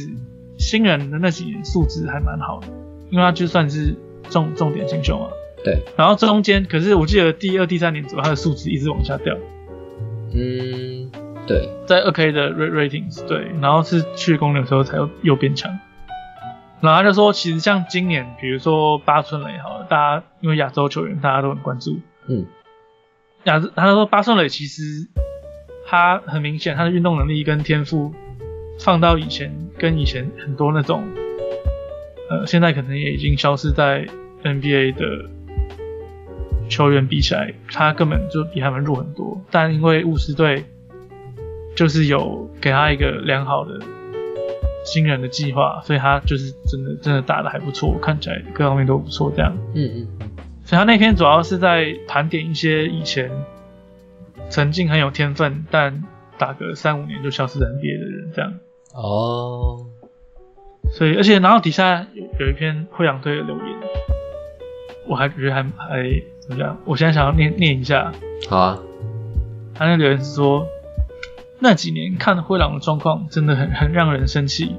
Speaker 2: 新人的那几年素质还蛮好的，因为他就算是重重点新秀嘛。
Speaker 1: 对，
Speaker 2: 然后中间可是我记得第二、第三年左右，他的数值一直往下掉，
Speaker 1: 嗯对，
Speaker 2: 在二 K 的 ra- ratings 对，然后是去公牛的时候才又又变强。然后他就说，其实像今年，比如说八村垒好了，大家因为亚洲球员大家都很关注
Speaker 1: 嗯
Speaker 2: 亚洲，他就说八村垒其实他很明显他的运动能力跟天赋放到以前跟以前很多那种，呃，现在可能也已经消失在 NBA 的球员比起来，他根本就比他们弱很多。但因为巫师队就是有给他一个良好的新人的计划，所以他就是真的真的打得还不错，看起来各方面都不错这样。
Speaker 1: 嗯嗯嗯
Speaker 2: 所以他那篇主要是在盘点一些以前曾经很有天分，但打个三五年就消失在 NBA 的人这样。
Speaker 1: 哦，
Speaker 2: 所以而且然后底下有有一篇灰狼队的留言，我还觉得还还怎么讲？我现在想要念念一下，
Speaker 1: 好啊，
Speaker 2: 他那留言是说，那几年看灰狼的状况真的很很让人生气。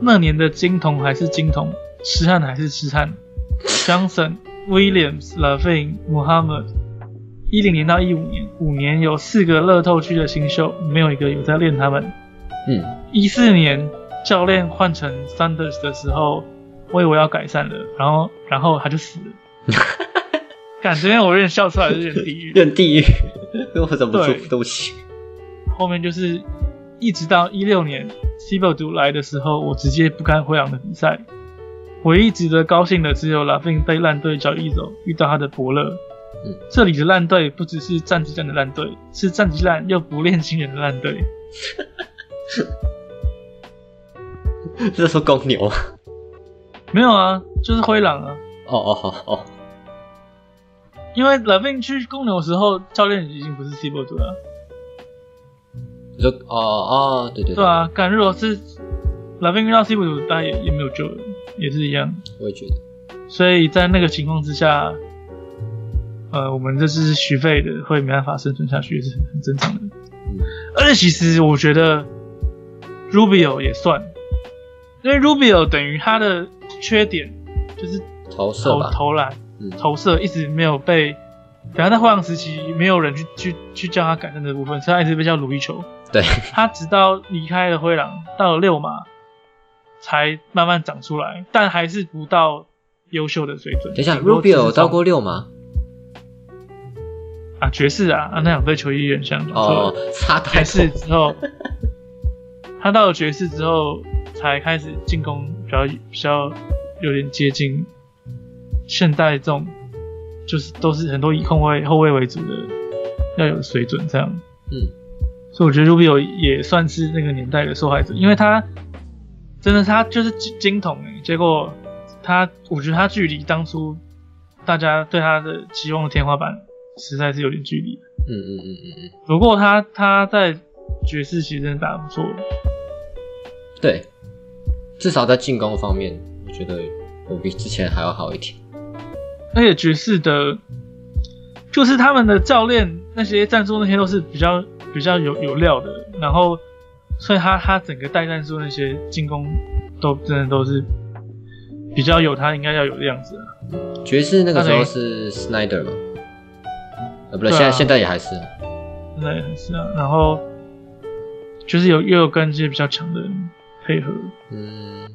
Speaker 2: 那年的金童还是金童，痴汉还是痴汉，Johnson、Williams、Lavin、Muhammad。一零年到一五年，五年有四个乐透区的新秀，没有一个有在练他们。
Speaker 1: 嗯
Speaker 2: 一四年教练换成 Sanders 的时候，我以为要改善了，然后然后他就死了。感觉我有点笑出来，有点地狱。
Speaker 1: 认地狱， [LAUGHS] 我忍不住，
Speaker 2: 对
Speaker 1: 对不起。
Speaker 2: 后面就是一直到一六年 s i b o d 来的时候，我直接不看灰狼的比赛。唯一值得高兴的只有拉菲被烂队交易走，遇到他的伯乐。
Speaker 1: 嗯
Speaker 2: 这里的烂队不只是战绩战的烂队，是战绩烂又不练新人的烂队。
Speaker 1: 这是公牛吗
Speaker 2: 没有啊，就是灰狼啊。
Speaker 1: 哦哦哦哦，
Speaker 2: 因为拉菲去公牛的时候，教练已经不是 s i b o d 了。啊
Speaker 1: 你说哦哦，对对
Speaker 2: 对，啊，感觉如果是拉菲遇到 s i b o d 大家也也没有救了，也是一样。
Speaker 1: 我也觉得，
Speaker 2: 所以在那个情况之下，呃，我们这次续费的会没办法生存下去，也是很很正常的。
Speaker 1: 嗯
Speaker 2: 而且其实我觉得 Rubio 也算，因为 Rubio 等于他的缺点就是
Speaker 1: 投射
Speaker 2: 投
Speaker 1: 吧，
Speaker 2: 投篮
Speaker 1: 嗯，
Speaker 2: 投射一直没有被，等他在灰狼时期没有人去去去教他改善这部分，所以他一直被叫鲁一球。
Speaker 1: 对，
Speaker 2: 他直到离开了灰狼，到了六马，才慢慢长出来，但还是不到优秀的水准。
Speaker 1: 等一下
Speaker 2: 顶多就是
Speaker 1: ，Rubio
Speaker 2: 中
Speaker 1: 到过六吗？
Speaker 2: 啊爵士啊，啊那两队球衣有点像，讲错了
Speaker 1: 哦，差太
Speaker 2: 爵士
Speaker 1: 多。
Speaker 2: 之后，他到了爵士之后才开始进攻，比较比较有点接近现代这种，就是都是很多以控卫后卫为主的要有水准这样。
Speaker 1: 嗯，
Speaker 2: 所以我觉得 Rubio 也算是那个年代的受害者，因为他真的他就是金金童哎、结果他我觉得他距离当初大家对他的期望的天花板实在是有点距离。
Speaker 1: 嗯嗯嗯嗯嗯，
Speaker 2: 不过他他在爵士其实真的打得不错，
Speaker 1: 对，至少在进攻方面，我觉得我比之前还要好一点。
Speaker 2: 而且爵士的，就是他们的教练那些战术那些都是比较比较有有料的，然后所以他他整个带战术那些进攻都真的都是比较有他应该要有的样子啊、
Speaker 1: 爵士那个时
Speaker 2: 那
Speaker 1: 候
Speaker 2: 谁
Speaker 1: 是 Snyder 嘛？呃，不
Speaker 2: 对
Speaker 1: 对，
Speaker 2: 啊
Speaker 1: 现在现在也还是啊。
Speaker 2: 真的也很是啊，然后就是有又有跟这些比较强的人配合，
Speaker 1: 嗯，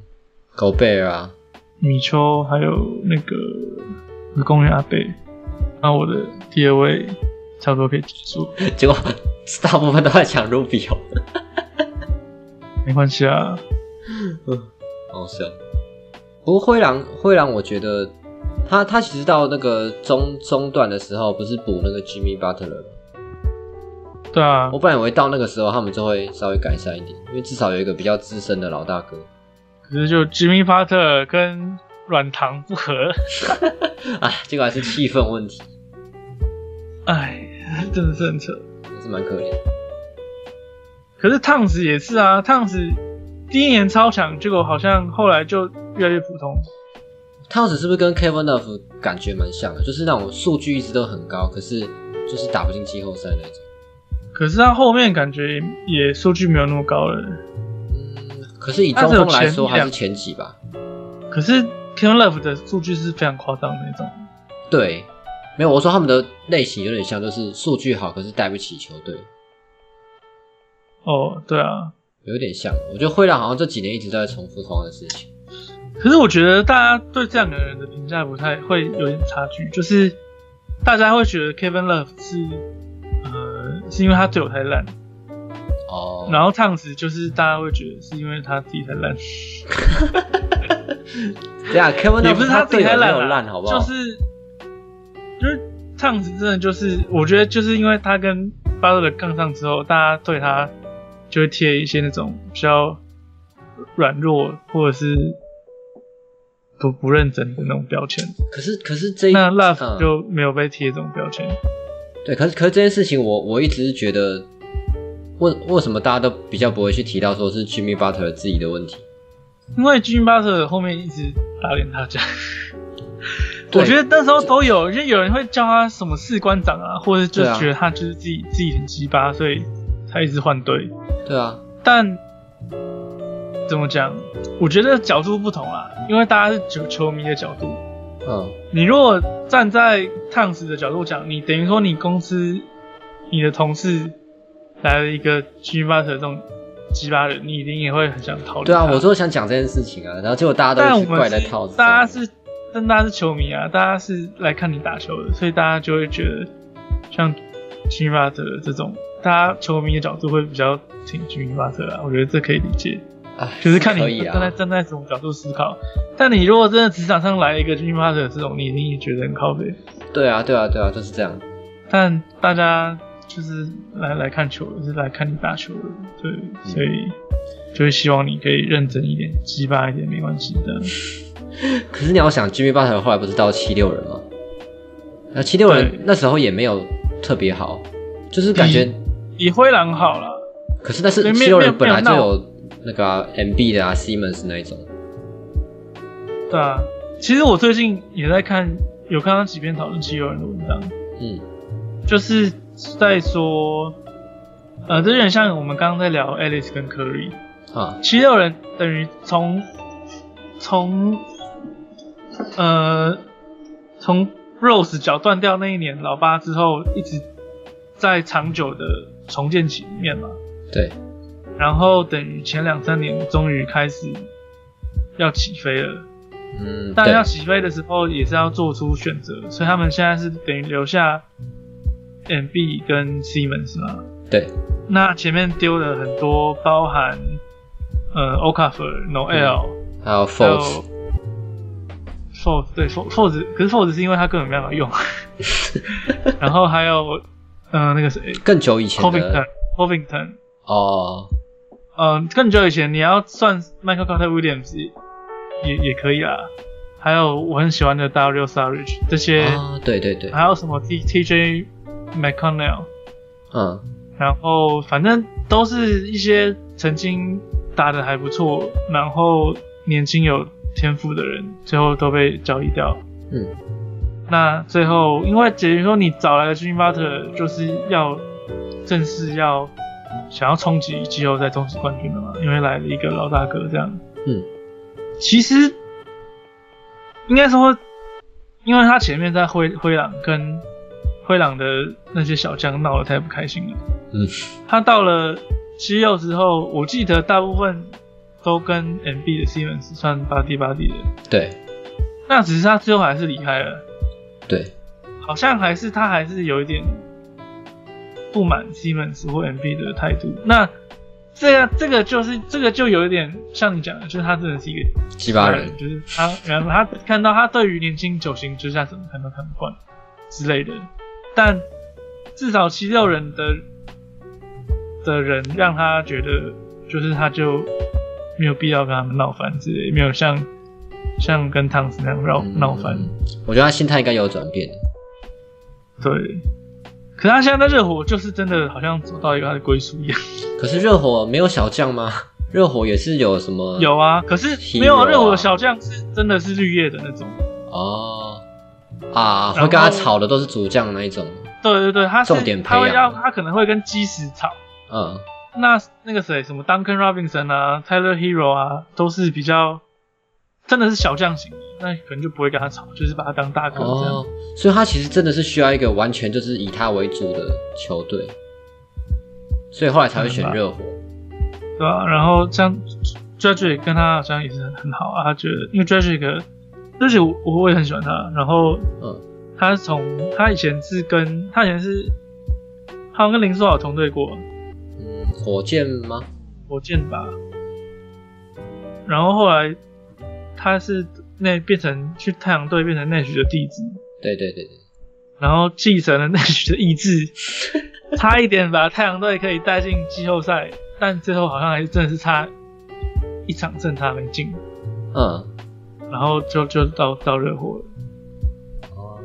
Speaker 1: 狗贝尔啊， [LAUGHS]
Speaker 2: 米丘还有那个我的公园阿贝，那我的第二位差不多可以结束，
Speaker 1: 结果大部分都在抢 Rubio，
Speaker 2: 没关系啊。
Speaker 1: 好笑。不过灰狼，灰狼，我觉得他他其实到那个中中段的时候，不是补那个 Jimmy Butler 吗？
Speaker 2: 对啊
Speaker 1: 我，本来以为到那个时候他们就会稍微改善一点，因为至少有一个比较资深的老大哥
Speaker 2: 可是就吉米巴特跟软糖不合，
Speaker 1: [LAUGHS] 啊，结果还是气氛问题，
Speaker 2: 哎，真的是很扯。
Speaker 1: 也是蛮可怜。
Speaker 2: 可是烫子也是啊，烫子第一年超强，结果好像后来就越来越普通。
Speaker 1: 汤子是不是跟 Kevin Love 感觉蛮像的？就是那种数据一直都很高，可是就是打不进季后赛那种。
Speaker 2: 可是他后面感觉也数据没有那么高了。
Speaker 1: 嗯，可是以中锋来说还是前几吧。
Speaker 2: 可是 Kevin Love 的数据是非常夸张的那种。
Speaker 1: 对，没有我说他们的类型有点像，就是数据好，可是带不起球队，
Speaker 2: 哦，对啊，
Speaker 1: 有点像。我觉得灰狼好像这几年一直都在重复同样的事情。
Speaker 2: 可是我觉得大家对这两个人的评价不太会有点差距，就是大家会觉得 Kevin Love 是呃是因为他队友太烂，
Speaker 1: 哦，
Speaker 2: 然后烫子就是大家会觉得是因为他自己太烂，
Speaker 1: 对啊，Kevin
Speaker 2: 也
Speaker 1: Love
Speaker 2: 不是
Speaker 1: 他
Speaker 2: 自
Speaker 1: 队
Speaker 2: 己
Speaker 1: 友
Speaker 2: 太
Speaker 1: 没
Speaker 2: 烂
Speaker 1: 有
Speaker 2: 啊
Speaker 1: 烂，好不好？
Speaker 2: 就是就是烫子真的就是我觉得就是因为他跟巴特勒杠上之后，大家对他就会贴一些那种比较软弱或者是不不认真的那种标签。
Speaker 1: 可是可是这一
Speaker 2: 那
Speaker 1: 嗯
Speaker 2: Love 就没有被贴这种标签。
Speaker 1: 对，可是可是这件事情我，我一直是觉得，为为什么大家都比较不会去提到说是 Jimmy Butler 自己的问题？
Speaker 2: 因为 Jimmy Butler 后面一直打脸大家，
Speaker 1: 对
Speaker 2: 我觉得那时候都有，因为有人会叫他什么士官长啊，或者就
Speaker 1: 对啊
Speaker 2: 觉得他就是自己、自己很鸡巴，所以才一直换队。
Speaker 1: 对啊，
Speaker 2: 但怎么讲？我觉得角度不同啦，因为大家是球球迷的角度。
Speaker 1: 嗯，
Speaker 2: 你如果站在烫死的角度讲，你等于说你公司、你的同事来了一个 Jimmy Butler 这种鸡巴人，你一定也会很想逃离。
Speaker 1: 对啊，我，就想讲这件事情啊，然后结果大家
Speaker 2: 但
Speaker 1: 都
Speaker 2: 我
Speaker 1: 一直怪
Speaker 2: 们
Speaker 1: 在
Speaker 2: 是
Speaker 1: 套子上
Speaker 2: 大家是，但大家是球迷啊，大家是来看你打球的，所以大家就会觉得像 Jimmy Butler 这种，大家球迷的角度会比较挺 Jimmy Butler 啊，我觉得这可以理解，
Speaker 1: 哎
Speaker 2: 就是看
Speaker 1: 可
Speaker 2: 你
Speaker 1: 以
Speaker 2: 站在
Speaker 1: 啊，
Speaker 2: 站在什么角度思考。但你如果真的职场上来一个 Jimmy Butler 这种，你一定也觉得很靠背。
Speaker 1: 对啊，对啊，对啊，就是这样。
Speaker 2: 但大家就是来来看球的，是来看你打球的，对，
Speaker 1: 嗯
Speaker 2: 所以就会希望你可以认真一点，鸡巴一点没关系的。
Speaker 1: 可是你要想，Jimmy Butler 后来不是到七六人吗？那七六人
Speaker 2: 对
Speaker 1: 那时候也没有特别好，就是感觉，
Speaker 2: 比灰狼好了，
Speaker 1: 可是但是
Speaker 2: 对没有
Speaker 1: 七六
Speaker 2: 没有
Speaker 1: 人本来就
Speaker 2: 没有
Speaker 1: 有那个、啊、MB 的啊，Simmons 那一种。
Speaker 2: 对啊。其实我最近也在看，有看到几篇讨论七六人的文章，
Speaker 1: 嗯
Speaker 2: 就是在说，呃，这有点像我们刚刚在聊 Alice 跟 Curry，
Speaker 1: 啊，
Speaker 2: 七六人等于从从呃从 Rose 脚断掉那一年老八之后，一直在长久的重建期里面嘛，
Speaker 1: 对，
Speaker 2: 然后等于前两三年终于开始要起飞了，
Speaker 1: 嗯，
Speaker 2: 但
Speaker 1: 对
Speaker 2: 要起飞的时候也是要做出选择，所以他们现在是等于留下 M B 跟 Simmons 嘛，
Speaker 1: 对，
Speaker 2: 那前面丢了很多，包含呃 Okafor、Noel、
Speaker 1: 还有
Speaker 2: 还有
Speaker 1: Folds，
Speaker 2: Fold 对 Fold Fold，可是 Fold 是因为他根本没办法用，然后还有呃那个谁
Speaker 1: 更久以前
Speaker 2: Covington
Speaker 1: 的
Speaker 2: Covington，
Speaker 1: 哦，
Speaker 2: 呃更久以前你要算 Michael Carter Williams 也也可以啦，还有我很喜欢的 Dario Saric 这些，
Speaker 1: 啊，对对对，
Speaker 2: 还有什么 T T J McConnell，
Speaker 1: 嗯，
Speaker 2: 然后反正都是一些曾经打得还不错，然后年轻有天赋的人，最后都被交易掉。
Speaker 1: 嗯，
Speaker 2: 那最后因为等于说你找来的 Jimmy Butler 就是要正式要想要冲击季后赛、冲击冠军的嘛，因为来了一个老大哥这样。
Speaker 1: 嗯，
Speaker 2: 其实应该说，因为他前面在灰灰狼跟灰狼的那些小将闹得太不开心了。
Speaker 1: 嗯，
Speaker 2: 他到了七六之后，我记得大部分都跟 MB 的 Simmons 算巴蒂巴蒂的，
Speaker 1: 对
Speaker 2: 那只是他最后还是离开了，
Speaker 1: 对，
Speaker 2: 好像还是他还是有一点不满 Simmons 或 MB 的态度。那这样这个就是这个就有一点像你讲的，就是他真的是一个
Speaker 1: 七八人，
Speaker 2: 就是他，然后他看到他对于年轻九型之下怎么看都看不惯之类的，但至少七六人的的人让他觉得，就是他就没有必要跟他们闹翻之类，没有像像跟汤斯那样闹
Speaker 1: 嗯
Speaker 2: 闹翻。
Speaker 1: 我觉得他心态应该有转变，
Speaker 2: 对，可他现在在热火就是真的好像走到一个他的归宿一样。
Speaker 1: 可是热火没有小将吗？ [LAUGHS] 热火也是有什么
Speaker 2: 有啊，可是没有
Speaker 1: Hero 嗯啊
Speaker 2: 热火的小将是真的是绿叶的那种。
Speaker 1: 哦啊，
Speaker 2: 然
Speaker 1: 会
Speaker 2: 后
Speaker 1: 跟他吵的都是主将那一种，
Speaker 2: 对对对，他是
Speaker 1: 重点培
Speaker 2: 他会要
Speaker 1: 养
Speaker 2: 他可能会跟基石吵。
Speaker 1: 嗯
Speaker 2: 那那个谁，什么 Duncan Robinson 啊，Tyler Hero 啊，都是比较真的是小将型的，那可能就不会跟他吵，就是把他当大哥这样。
Speaker 1: 哦，所以他其实真的是需要一个完全就是以他为主的球队，所以后来才会选热火，
Speaker 2: 对吧、然后像 Dragic 跟他好像也是很很好啊，他觉得因为 Dragic Dragic 我我我也很喜欢他，然后
Speaker 1: 嗯
Speaker 2: 他从他以前是跟他以前是他好像跟林书豪同队过
Speaker 1: 嗯，火箭吗？
Speaker 2: 火箭吧，然后后来他是那变成去太阳队变成内许的弟子，
Speaker 1: 对对对对，
Speaker 2: 然后继承了那许的意志，差一点把太阳队可以带进季后赛，但最后好像还是真的是差一场正差没进，
Speaker 1: 嗯，
Speaker 2: 然后就就到到热火了。
Speaker 1: 哦，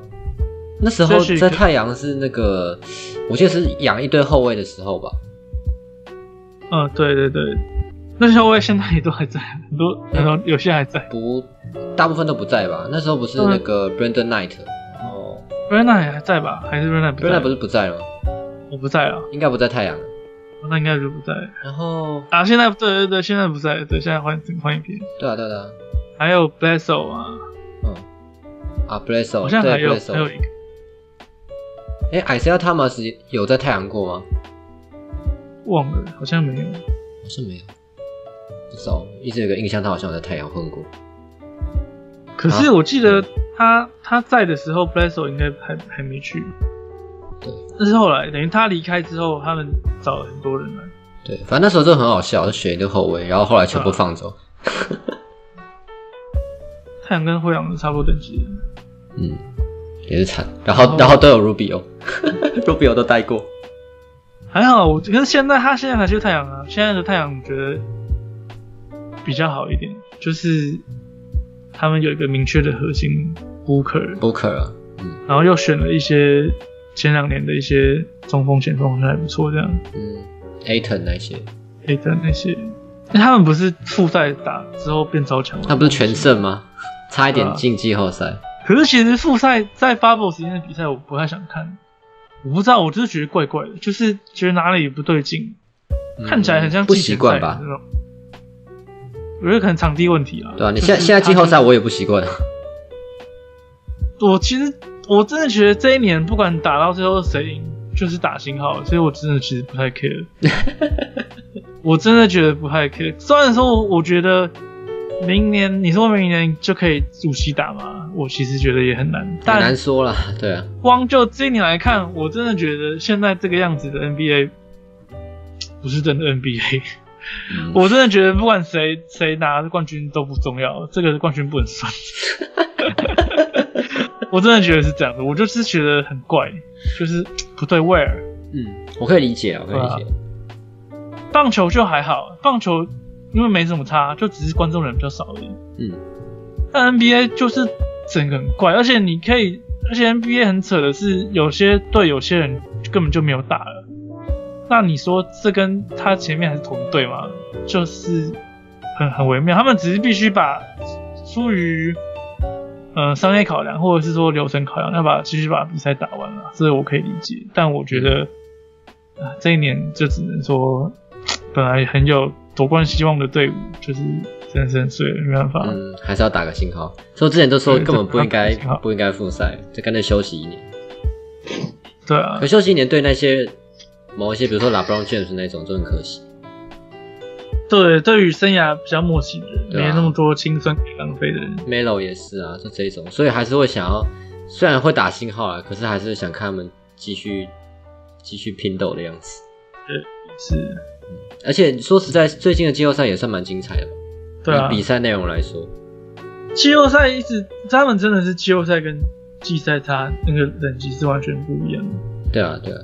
Speaker 1: 那时候
Speaker 2: 这是一个
Speaker 1: 在太阳是那个，我记得是养一堆后卫的时候吧，
Speaker 2: 嗯，对对对，那些后卫现在也都还在，很多很多有些还在。
Speaker 1: 不，大部分都不在吧？那时候不是那个 Brandon Knight，哦
Speaker 2: b r e n a 也还在吧？还是 b r e n a 不在
Speaker 1: ，Brandon 不是不在了吗？
Speaker 2: 我不在了，
Speaker 1: 应该不在太阳。
Speaker 2: 那应该就不在
Speaker 1: 然后，
Speaker 2: 啊。现在对对对，现在不在，对，现在换换一边，
Speaker 1: 对啊，对啊对啊，
Speaker 2: 还有 b l e s s o 啊，
Speaker 1: 嗯，啊 b l e s s o
Speaker 2: 好
Speaker 1: 对
Speaker 2: 像还
Speaker 1: b
Speaker 2: 有
Speaker 1: l e s s
Speaker 2: 还有
Speaker 1: o
Speaker 2: 一个，
Speaker 1: 哎，Isaiah Thomas 有在太阳过吗？
Speaker 2: 忘了，好像没有。
Speaker 1: 好像没有，不知道，一直有个印象，他好像有在太阳混过。
Speaker 2: 可是我记得
Speaker 1: 啊嗯
Speaker 2: 他他在的时候 b l e s o 应该还还没去。
Speaker 1: 对。
Speaker 2: 但是后来等于他离开之后，他们找了很多人来。
Speaker 1: 对，反正那时候真的很好笑，就选一个后卫，然后后来全部放走。
Speaker 2: 太阳跟灰狼是差不多等级的。
Speaker 1: 嗯，也是惨。然后，然后都有 [LAUGHS] Rubio，Rubio 哦都带过。
Speaker 2: 还好，我可是现在他现在还是太阳啊，现在的太阳我觉得比较好一点，就是他们有一个明确的核心 Booker，
Speaker 1: Booker 啊，
Speaker 2: 然后又选了一些前两年的一些中锋、前锋，好像还不错这样。
Speaker 1: 嗯，Aton 那些，
Speaker 2: 黑的那些，那他们不是复赛打之后变超强吗？
Speaker 1: 他不是全胜吗？差一点
Speaker 2: 啊
Speaker 1: 进季后赛。
Speaker 2: 可是其实复赛在 Bubble 时间的比赛，我不太想看。我不知道，我就是觉得怪怪的，就是觉得哪里不对劲，
Speaker 1: 嗯
Speaker 2: 看起来很像
Speaker 1: 不
Speaker 2: 季前
Speaker 1: 习惯
Speaker 2: 赛
Speaker 1: 吧
Speaker 2: 那？种。我觉得可能场地问题啊。
Speaker 1: 对啊，你
Speaker 2: 就
Speaker 1: 现在
Speaker 2: 是
Speaker 1: 现在
Speaker 2: 他
Speaker 1: 季后赛
Speaker 2: 就是
Speaker 1: 我也不习惯。
Speaker 2: 我其实我真的觉得这一年不管打到最后谁赢，就是打星号，所以我真的其实不太
Speaker 1: [LAUGHS]
Speaker 2: care。我真的觉得不太 care。虽然说我我觉得明年你说明年就可以主席打嘛，我其实觉得也很难。
Speaker 1: 很难
Speaker 2: 但
Speaker 1: 说啦，对啊，
Speaker 2: 光就这一年来看，我真的觉得现在这个样子的 NBA 不是真的 NBA。
Speaker 1: 嗯
Speaker 2: [LAUGHS] 我真的觉得不管谁谁拿冠军都不重要，这个冠军不能算。我真的觉得是这样的，我就是觉得很怪，就是不对味儿。
Speaker 1: 嗯，我可以理解啊，我可以理解。
Speaker 2: 棒球就还好，棒球因为没什么差，就只是观众人比较少而已。
Speaker 1: 嗯，
Speaker 2: 但 NBA 就是整个很怪，而且你可以，而且 NBA 很扯的是，有些队有些人根本就没有打了。那你说这跟他前面还是同队吗？就是很很微妙，他们只是必须把出于呃商业考量或者是说流程考量，要把继续把比赛打完了，这我可以理解。但我觉得啊、这一年就只能说，本来很有夺冠希望的队伍，就是真的是很衰了，没办法。
Speaker 1: 嗯，还是要打个信号。所以我之前都说
Speaker 2: 对
Speaker 1: 根本不应该
Speaker 2: 这个打个信号
Speaker 1: 不应该复赛，就干脆休息一年。
Speaker 2: 对啊
Speaker 1: 可，休息一年对那些某一些，比如说 LeBron James 那种，就很可惜。
Speaker 2: 对，对于生涯比较默契的人，
Speaker 1: 对啊
Speaker 2: 没那么多青春可以浪费的人，
Speaker 1: Melo 也是啊，就这一种，所以还是会想要，虽然会打信号啊，可是还是想看他们继续继续拼斗的样子。
Speaker 2: 是，
Speaker 1: 而且说实在，最近的季后赛也算蛮精彩的吧，
Speaker 2: 对啊
Speaker 1: 以。比赛内容来说，
Speaker 2: 季后赛一直，他们真的是季后赛跟季赛，他那个等级是完全不一样的。
Speaker 1: 对啊，对啊，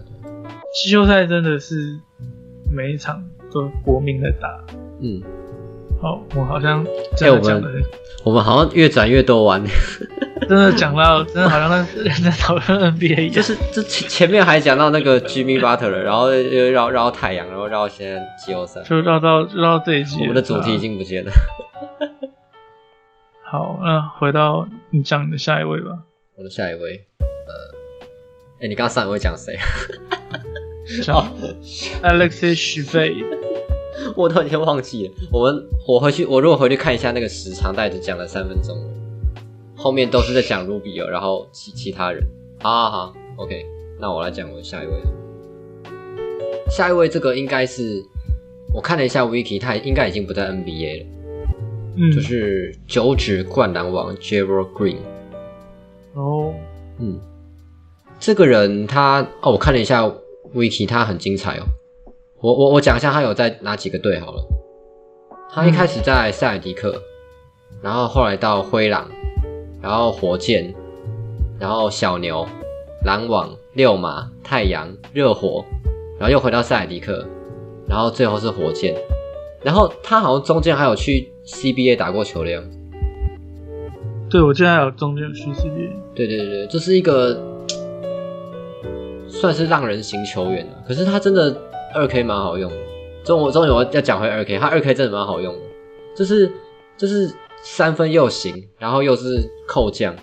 Speaker 2: 季后赛真的是每一场都搏命的打。
Speaker 1: 嗯，
Speaker 2: 好，我好像
Speaker 1: 哎
Speaker 2: 真的讲的，
Speaker 1: 我们好像越转越多弯， [LAUGHS]
Speaker 2: 真的讲到，真的好像在在讨论 NBA 一
Speaker 1: 就
Speaker 2: 样。
Speaker 1: 是这前前面还讲到那个 Jimmy Butler，然后又绕绕太阳，然后绕现在季后赛，
Speaker 2: 就绕到绕到这一集了，
Speaker 1: 我们的主
Speaker 2: 对
Speaker 1: 题
Speaker 2: 啊
Speaker 1: 已经不见了。
Speaker 2: 好，那回到你讲你的下一位吧。
Speaker 1: 我的下一位，呃，哎，你刚刚上一位讲谁？
Speaker 2: 讲 Alexis s h v e
Speaker 1: [LAUGHS] 我都已经忘记了。我们我回去，我如果回去看一下那个时长，大概只讲了三分钟了，后面都是在讲 Ruby 哦，然后其其他人。好好好，OK，那我来讲我的下一位了。下一位这个应该是我看了一下 Wiki，他应该已经不在 NBA 了，
Speaker 2: 嗯，
Speaker 1: 就是九指灌篮王 Gerald Green。
Speaker 2: 哦，
Speaker 1: 嗯，这个人他哦，我看了一下 Wiki，他很精彩哦。我我我讲一下他有在哪几个队好了。他一开始在塞尔迪克，然后后来到灰狼，然后火箭，然后小牛、篮网、六马、太阳、热火，然后又回到塞尔迪克，然后最后是火箭。然后他好像中间还有去 CBA 打过球的样子。
Speaker 2: 对，我记得还有中间有去 CBA，
Speaker 1: 对对对，这是一个算是让人型球员啊。可是他真的二 K 蛮好用的，终我终于我要讲回二 K，他二 K 真的蛮好用的，就是就是三分又行，然后又是扣将。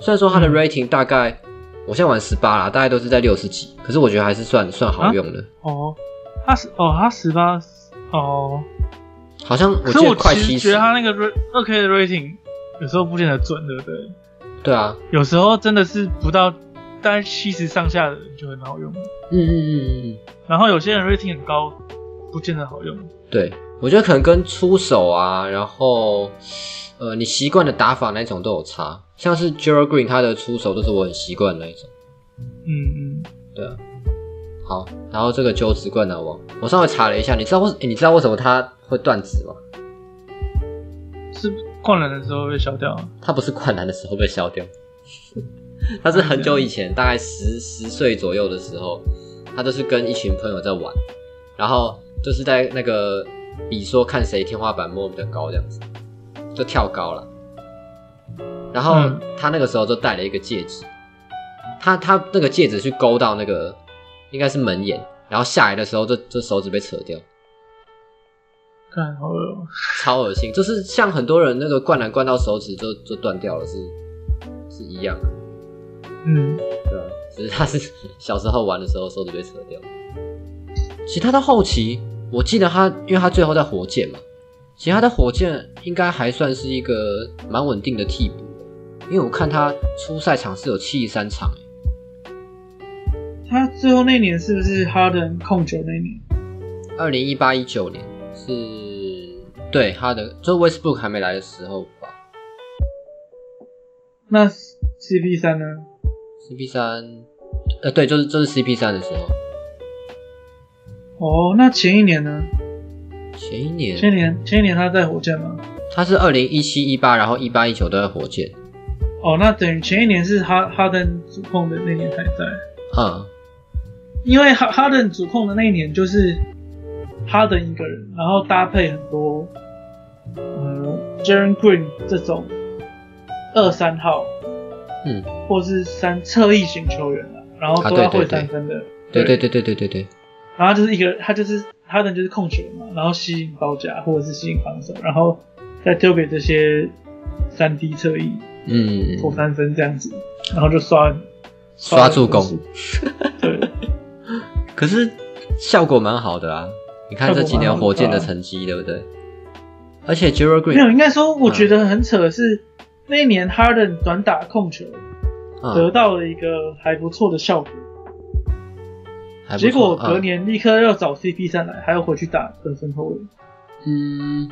Speaker 1: 虽然说他的
Speaker 2: 嗯
Speaker 1: rating 大概、我现在玩十八啦，大概都是在六十几，可是我觉得还是算算好用的，
Speaker 2: 哦，他是哦，他十八，哦，
Speaker 1: 好像我记
Speaker 2: 可是
Speaker 1: 得
Speaker 2: 我
Speaker 1: 快
Speaker 2: 其
Speaker 1: 七
Speaker 2: 实觉
Speaker 1: 十
Speaker 2: 得。他那个 ra- 二 K 的 rating 有时候不见得准，对不对？
Speaker 1: 对啊，
Speaker 2: 有时候真的是不到大概七十上下的人就很好用，
Speaker 1: 嗯嗯嗯嗯嗯，
Speaker 2: 然后有些人 rating 很高，不见得好用。
Speaker 1: 对，我觉得可能跟出手啊，然后呃，你习惯的打法那种都有差。像是 Gerald Green 他的出手都是我很习惯的那一种。
Speaker 2: 嗯嗯，
Speaker 1: 对啊。好，然后这个鸠子灌篮王，啊我稍微查了一下，你知道为、诶你知道为什么他会断指吗？
Speaker 2: 是灌篮的时候被消掉啊。
Speaker 1: 他不是灌篮的时候被消掉， [LAUGHS] 他是很久以前，大概十十岁左右的时候，他就是跟一群朋友在玩，然后就是在那个比说看谁天花板摸比较高这样子，就跳高了。然后
Speaker 2: 嗯
Speaker 1: 他那个时候就戴了一个戒指，他他那个戒指去勾到那个应该是门眼，然后下来的时候就就手指被扯掉。
Speaker 2: 看，好恶哦、
Speaker 1: 超恶心，就是像很多人那个灌篮灌到手指就就断掉了，是是一样的，
Speaker 2: 嗯，
Speaker 1: 对啊，只是他是小时候玩的时候手指被扯掉。其他到后期，我记得他，因为他最后在火箭嘛，其他的火箭应该还算是一个蛮稳定的替补，因为我看他初赛场是有七十三场、欸，
Speaker 3: 他最后那年是不是 Harden 控球那年？
Speaker 1: 二零一八一九年是对他的，就 Westbrook 还没来的时候吧。
Speaker 3: 那 CP 三呢？
Speaker 1: CP 三，呃，对，就是就是 CP 三的时候，
Speaker 3: 哦，那前一年呢？
Speaker 1: 前一年，
Speaker 3: 前一年前一年他在火箭吗？
Speaker 1: 他是二零一七、一八，然后一八、一九都在火箭。
Speaker 3: 哦，那等于前一年是哈哈登主控的那年才在，
Speaker 1: 嗯，
Speaker 3: 因为哈哈登主控的那一年就是哈登一个人，然后搭配很多呃 Jaren Green 这种二三号，
Speaker 1: 嗯，
Speaker 3: 或是三侧翼型球员啊，然后都要
Speaker 1: 啊对对
Speaker 3: 会
Speaker 1: 对
Speaker 3: 三分的，
Speaker 1: 对对对对对对对，
Speaker 3: 然后他就是一个他就是哈登就是控球嘛，然后吸引包夹或者是吸引防守，然后再丢给这些三 D 侧翼
Speaker 1: 嗯，
Speaker 3: 投三分这样子，然后就刷
Speaker 1: 刷助攻，， [LAUGHS]
Speaker 3: 对，
Speaker 1: 可是效果蛮好的啊。你看这几年火箭的成绩，对不对？而且 Gerald
Speaker 3: 没有，
Speaker 1: Green，
Speaker 3: 应该说我觉得很扯的是那一年 Harden 短打控球得
Speaker 1: 嗯，
Speaker 3: 到了一个还不错的效果，
Speaker 1: 还不错
Speaker 3: 结果隔
Speaker 1: 嗯
Speaker 3: 年立刻要找 CP 3来，还要回去打得分后卫，
Speaker 1: 嗯，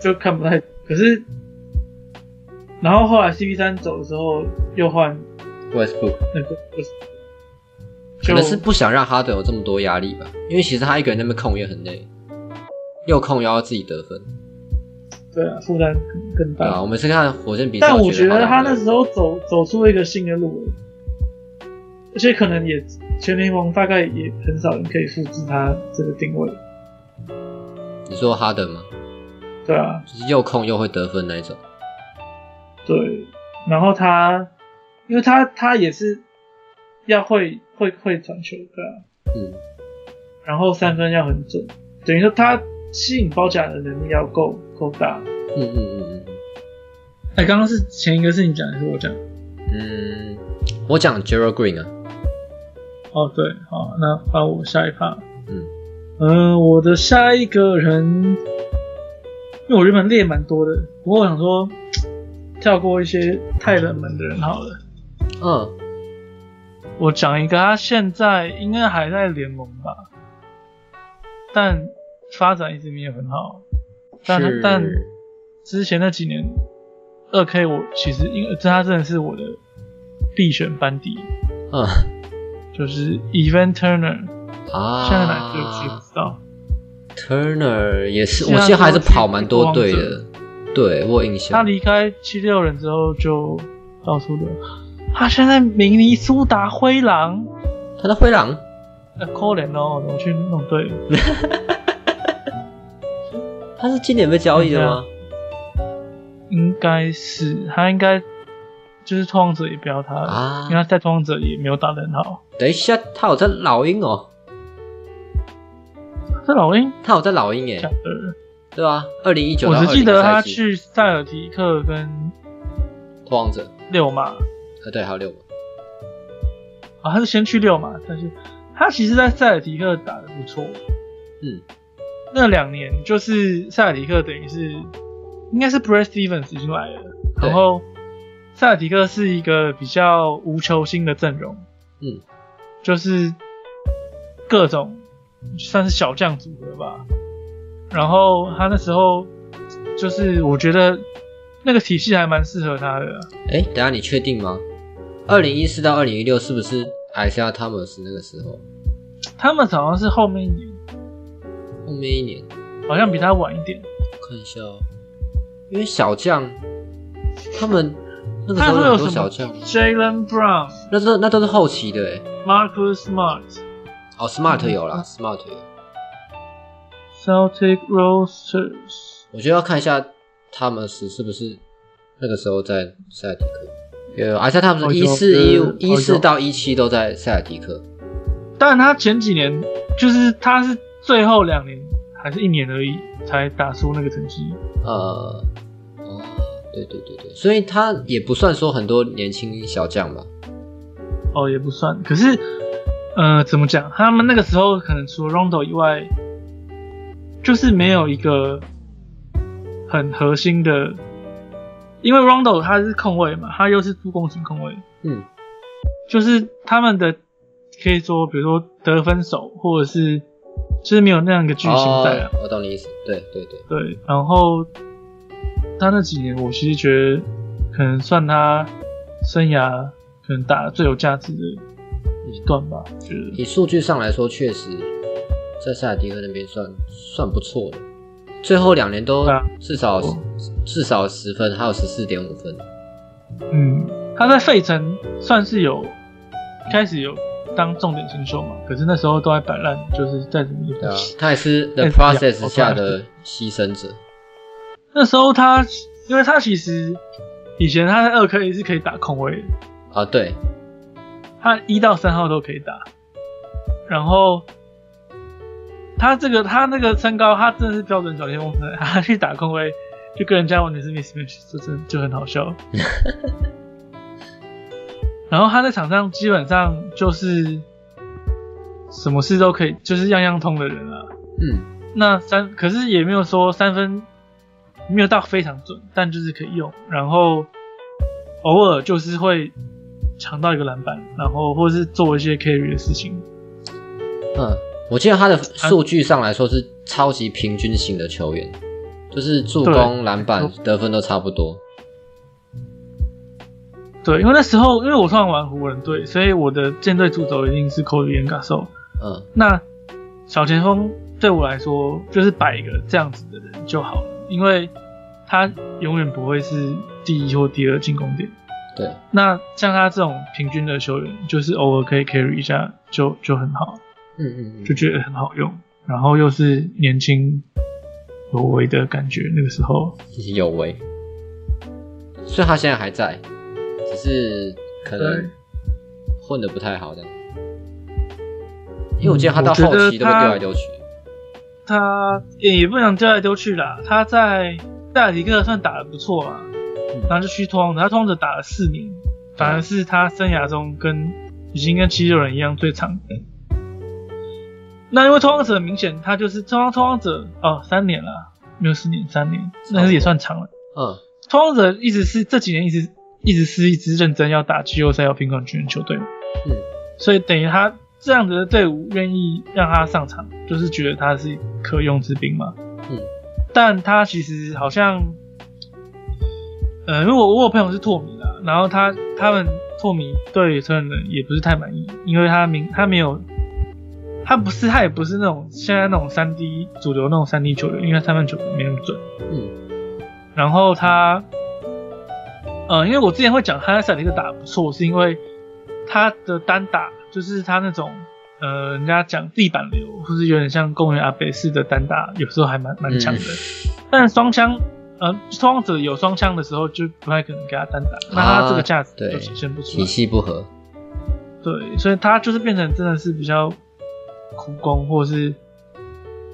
Speaker 3: 就看不太。可是，然后后来 CP 3走的时候又换
Speaker 1: Westbrook
Speaker 3: 那个，就是
Speaker 1: 可能是不想让哈登有这么多压力吧，因为其实他一个人在那边控也很累，又控又要自己得分。
Speaker 3: 对啊，负担更更
Speaker 1: 对啊，
Speaker 3: 大。
Speaker 1: 我们是看火箭比赛，
Speaker 3: 但我觉得他
Speaker 1: 哈
Speaker 3: 那
Speaker 1: 登
Speaker 3: 时候走走出一个新的路了，而且可能也全联盟大概也很少人可以复制他这个定位。
Speaker 1: 你说哈登吗？
Speaker 3: 对啊，
Speaker 1: 就是又控又会得分那一种。
Speaker 3: 对，然后他，因为他他也是要会会会传球，对啊，
Speaker 1: 嗯，
Speaker 3: 然后三分要很准，等于说他吸引包夹的能力要够够大。
Speaker 1: 嗯嗯嗯嗯
Speaker 3: 哎，刚刚是前一个是你讲还是我讲？
Speaker 1: 嗯，我讲 Gerald Green 啊，
Speaker 3: 哦，对，好，那换我下一趴。
Speaker 1: 嗯
Speaker 3: 嗯、我的下一个人，因为我原本列蛮多的，不过我想说跳过一些太冷门的人好了。
Speaker 1: 嗯，
Speaker 2: 我讲一个，他现在应该还在联盟吧，但发展一直没有很好。但
Speaker 1: 是
Speaker 2: 但之前那几年，二 K 我其实因为这他真的是我的必选班底，
Speaker 1: 嗯
Speaker 2: 就是 Evan Turner，
Speaker 1: 啊，
Speaker 2: 现在哪队我不知道。
Speaker 1: Turner 也是，
Speaker 2: 现在
Speaker 1: 我记得还是跑蛮多队
Speaker 2: 国王
Speaker 1: 的，对我有印
Speaker 2: 他
Speaker 1: 象。
Speaker 2: 离开七六人之后就到处的，他现在明尼苏达灰狼，
Speaker 1: 他的灰狼，
Speaker 2: 呃，可怜哦，我去弄对了。
Speaker 1: 他是今年被交易的吗？
Speaker 2: 应该是他应该就是拓荒者也不要他了，
Speaker 1: 啊
Speaker 2: 因为，他在拓荒者也没有打得很好。
Speaker 1: 等一下，他有在老鹰哦，
Speaker 2: 这老鹰
Speaker 1: 他有在老鹰
Speaker 2: 假
Speaker 1: 耶，
Speaker 2: 的，
Speaker 1: 对吧？二零一九，
Speaker 2: 我只记得他去塞尔提克跟
Speaker 1: 拓荒者，
Speaker 2: 六马
Speaker 1: 呃，对，还有六个，
Speaker 2: 啊，他是先去六马，但是他其实在塞尔提克打得不错。
Speaker 1: 嗯，
Speaker 2: 那两年就是塞尔提克等于是应该是 Brad Stevens 已经来了，
Speaker 1: 对
Speaker 2: 然后塞尔提克是一个比较无球星的阵容，
Speaker 1: 嗯，
Speaker 2: 就是各种算是小将组合吧。然后他那时候就是我觉得那个体系还蛮适合他的啊、
Speaker 1: 哎，等一下你确定吗？二零一四到二零一六是不是艾莎汤姆斯那个时候？
Speaker 2: 他们好像是后面一年，
Speaker 1: 后面一年，
Speaker 2: 好像比他晚一点。
Speaker 1: 我看一下哦，因为小将他们那个时
Speaker 2: 他
Speaker 1: 候
Speaker 2: 说
Speaker 1: 有
Speaker 2: 有
Speaker 1: 很多
Speaker 2: 什
Speaker 1: 小
Speaker 2: 么
Speaker 1: 将，
Speaker 2: Jalen Brown、
Speaker 1: 那都那都是后期的哎。
Speaker 2: Marcus Smart、
Speaker 1: 哦，Smart 有
Speaker 2: 嗯
Speaker 1: 啦，Smart 有。
Speaker 2: Celtic Rosters。
Speaker 1: 我觉得要看一下汤姆斯是不是那个时候在塞尔提克。有艾莎汤姆
Speaker 2: 好
Speaker 1: 斯
Speaker 2: 久
Speaker 1: 一四一五
Speaker 2: 嗯
Speaker 1: 一
Speaker 2: 好
Speaker 1: 四
Speaker 2: 久
Speaker 1: 到一七都在塞尔提克。
Speaker 2: 但他前几年就是他是最后两年还是一年而已才打出那个成绩。
Speaker 1: 呃，哦，对对对对，所以他也不算说很多年轻小将吧。
Speaker 2: 哦，也不算。可是，呃，怎么讲？他们那个时候可能除了 Rondo 以外，就是没有一个很核心的，因为 Rondo 他是控卫嘛，他又是助攻型控卫，
Speaker 1: 嗯，
Speaker 2: 就是他们的可以说，比如说得分手，或者是就是没有那样一个巨星在啊。
Speaker 1: 哦，我懂你意思。对对对，
Speaker 2: 对，然后他那几年，我其实觉得可能算他生涯可能打得最有价值的一段吧，觉得
Speaker 1: 以数据上来说，确实在塞尔迪克那边算算不错的。最后两年都
Speaker 2: 对啊
Speaker 1: 至少、
Speaker 2: 哦
Speaker 1: 至少十分，还有十四点五分。
Speaker 2: 嗯，他在费城算是有开始有当重点新秀嘛，可是那时候都在摆烂，就是再怎么也不
Speaker 1: 对啊
Speaker 2: 行。，
Speaker 1: 他也是 The
Speaker 2: 哎
Speaker 1: Process
Speaker 2: 我
Speaker 1: 下
Speaker 2: 看
Speaker 1: 的牺牲者。
Speaker 2: 那时候他，因为他其实以前他在二 K 是可以打空位的，
Speaker 1: 啊，对，
Speaker 2: 他一到三号都可以打。然后他这个他那个身高，他真的是标准小前锋身材，他去打空位就跟人家完全是 mismatch，这真的就很好笑。然后他在场上基本上就是什么事都可以，就是样样通的人啊。
Speaker 1: 嗯，
Speaker 2: 那三可是也没有说三分没有到非常准，但就是可以用。然后偶尔就是会抢到一个篮板，然后或是做一些 carry 的事情。
Speaker 1: 嗯，我记得他的
Speaker 2: 啊
Speaker 1: 数据上来说是超级平均型的球员，就是助
Speaker 2: 对
Speaker 1: 攻、篮板
Speaker 2: 没、
Speaker 1: 得分都差不多。
Speaker 2: 对，因为那时候因为我突然玩湖人队，所以我的舰队主轴一定是 Kobe 跟 Gasol。
Speaker 1: 嗯，
Speaker 2: 那小前锋对我来说就是摆一个这样子的人就好了，因为他永远不会是第一或第二进攻点。
Speaker 1: 对，
Speaker 2: 那像他这种平均的球员，就是偶尔可以 carry 一下就就很好，
Speaker 1: 嗯嗯
Speaker 2: 就
Speaker 1: 嗯，
Speaker 2: 觉得很好用。然后又是年轻有为的感觉，那个时候
Speaker 1: 有为。所以他现在还在，只是可能
Speaker 2: 对
Speaker 1: 混的不太好这样。因为我记得他到
Speaker 2: 嗯我觉
Speaker 1: 后
Speaker 2: 得
Speaker 1: 期都被丢
Speaker 2: 他
Speaker 1: 来丢去。
Speaker 2: 他也也不想丢来丢去啦。他在塞尔提克算打得不错嘛，然后就去托荒者，他托荒者打了四年，反而是他生涯中跟已经跟七六人一样最长的。那因为拓荒者很明显，他就是拓荒拓荒者哦，三年啦，没有四年，三年，但是也算长了。
Speaker 1: 嗯，
Speaker 2: 拓荒者一直是这几年一直一直是一直认真要打季后赛要拼冠军的球队嘛，
Speaker 1: 嗯，
Speaker 2: 所以等于他这样子的队伍愿意让他上场，就是觉得他是可用之兵嘛，
Speaker 1: 嗯，
Speaker 2: 但他其实好像，呃，因为我我有朋友是拓迷啦，然后他他们拓迷对所有人也不是太满意，因为他明他没有。他不是，他也不是那种现在那种三 D 主流那种三 D 球员，因为三分球没那么准。
Speaker 1: 嗯
Speaker 2: 然后他，呃，因为我之前会讲他在塞尔提克打得不错，是因为他的单打就是他那种呃，人家讲地板流，或是有点像公园阿北式的单打，有时候还蛮蛮强的。但双枪，呃，双方者有双枪的时候就不太可能给他单打，那他这个价值
Speaker 1: 对
Speaker 2: 就显现不出
Speaker 1: 体。
Speaker 2: 来
Speaker 1: 系不合。
Speaker 2: 对，所以他就是变成真的是比较苦工，或是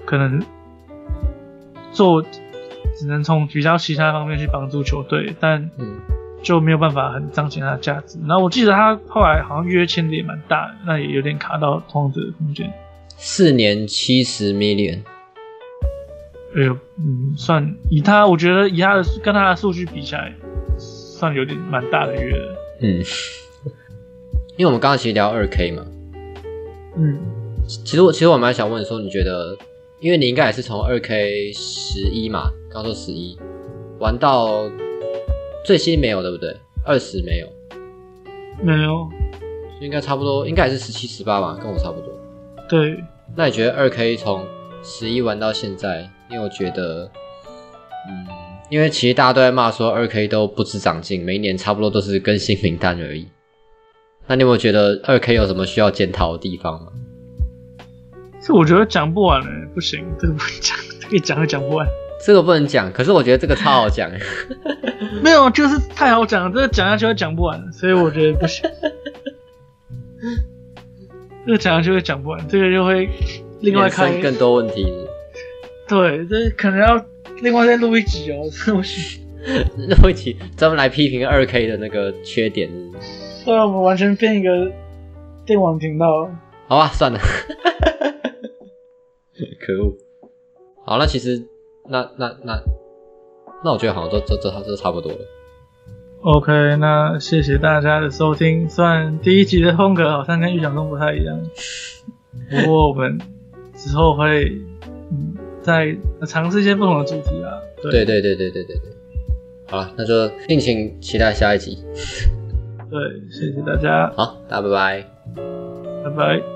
Speaker 2: 可能做只能从比较其他方面去帮助球队，但
Speaker 1: 嗯
Speaker 2: 就没有办法很彰显他的价值。然后我记得他后来好像约签的也蛮大的，那也有点卡到通者的空间。
Speaker 1: 四年七十 million，
Speaker 2: 哎呦，嗯，算以他，我觉得以他的跟他的数据比起来，算有点蛮大的约了。
Speaker 1: 嗯，因为我们刚刚其实聊二 K 嘛，
Speaker 2: 嗯，
Speaker 1: 其实我其实我蛮想问说，你觉得，因为你应该也是从二 K 十一嘛，刚说十一玩到最新没有对不对？二十没有，
Speaker 2: 没有，
Speaker 1: 应该差不多，应该也是十七十八吧，跟我差不多。
Speaker 2: 对，
Speaker 1: 那你觉得二 K 从十一玩到现在，你有觉得，嗯，因为其实大家都在骂说二 K 都不知长进，每一年差不多都是更新名单而已。那你有没有觉得二 K 有什么需要检讨的地方吗？
Speaker 2: 这我觉得讲不完了、不行，这个不能讲，这个讲都讲不完。
Speaker 1: 这个不能讲，可是我觉得这个超好讲。
Speaker 2: 没有，就是太好讲了，这个讲下去会讲不完，所以我觉得不 [LAUGHS] 行。这个讲下去会讲不完，这个就会 [LAUGHS] 另外
Speaker 1: 衍生
Speaker 2: 开
Speaker 1: 更多问题。
Speaker 2: 对，这可能要另外再录一集哦，这东西。
Speaker 1: 那我一起专门来批评二 K 的那个缺点，
Speaker 2: 不然我们完全变一个电玩频道。
Speaker 1: 好吧，
Speaker 2: [LAUGHS]
Speaker 1: 算了。可恶！好，那其实那那那那我觉得好像都都都都差不多了。
Speaker 2: OK，那谢谢大家的收听。虽然第一集的风格好像跟预想中不太 [LAUGHS] 一样，不过我们之后会嗯再尝试一些不同的主题啊。
Speaker 1: 对
Speaker 2: 对
Speaker 1: 对对对对对对。好了，那就敬请期待下一集。
Speaker 2: 对，谢谢大家，
Speaker 1: 好，大家拜拜。
Speaker 2: 拜拜。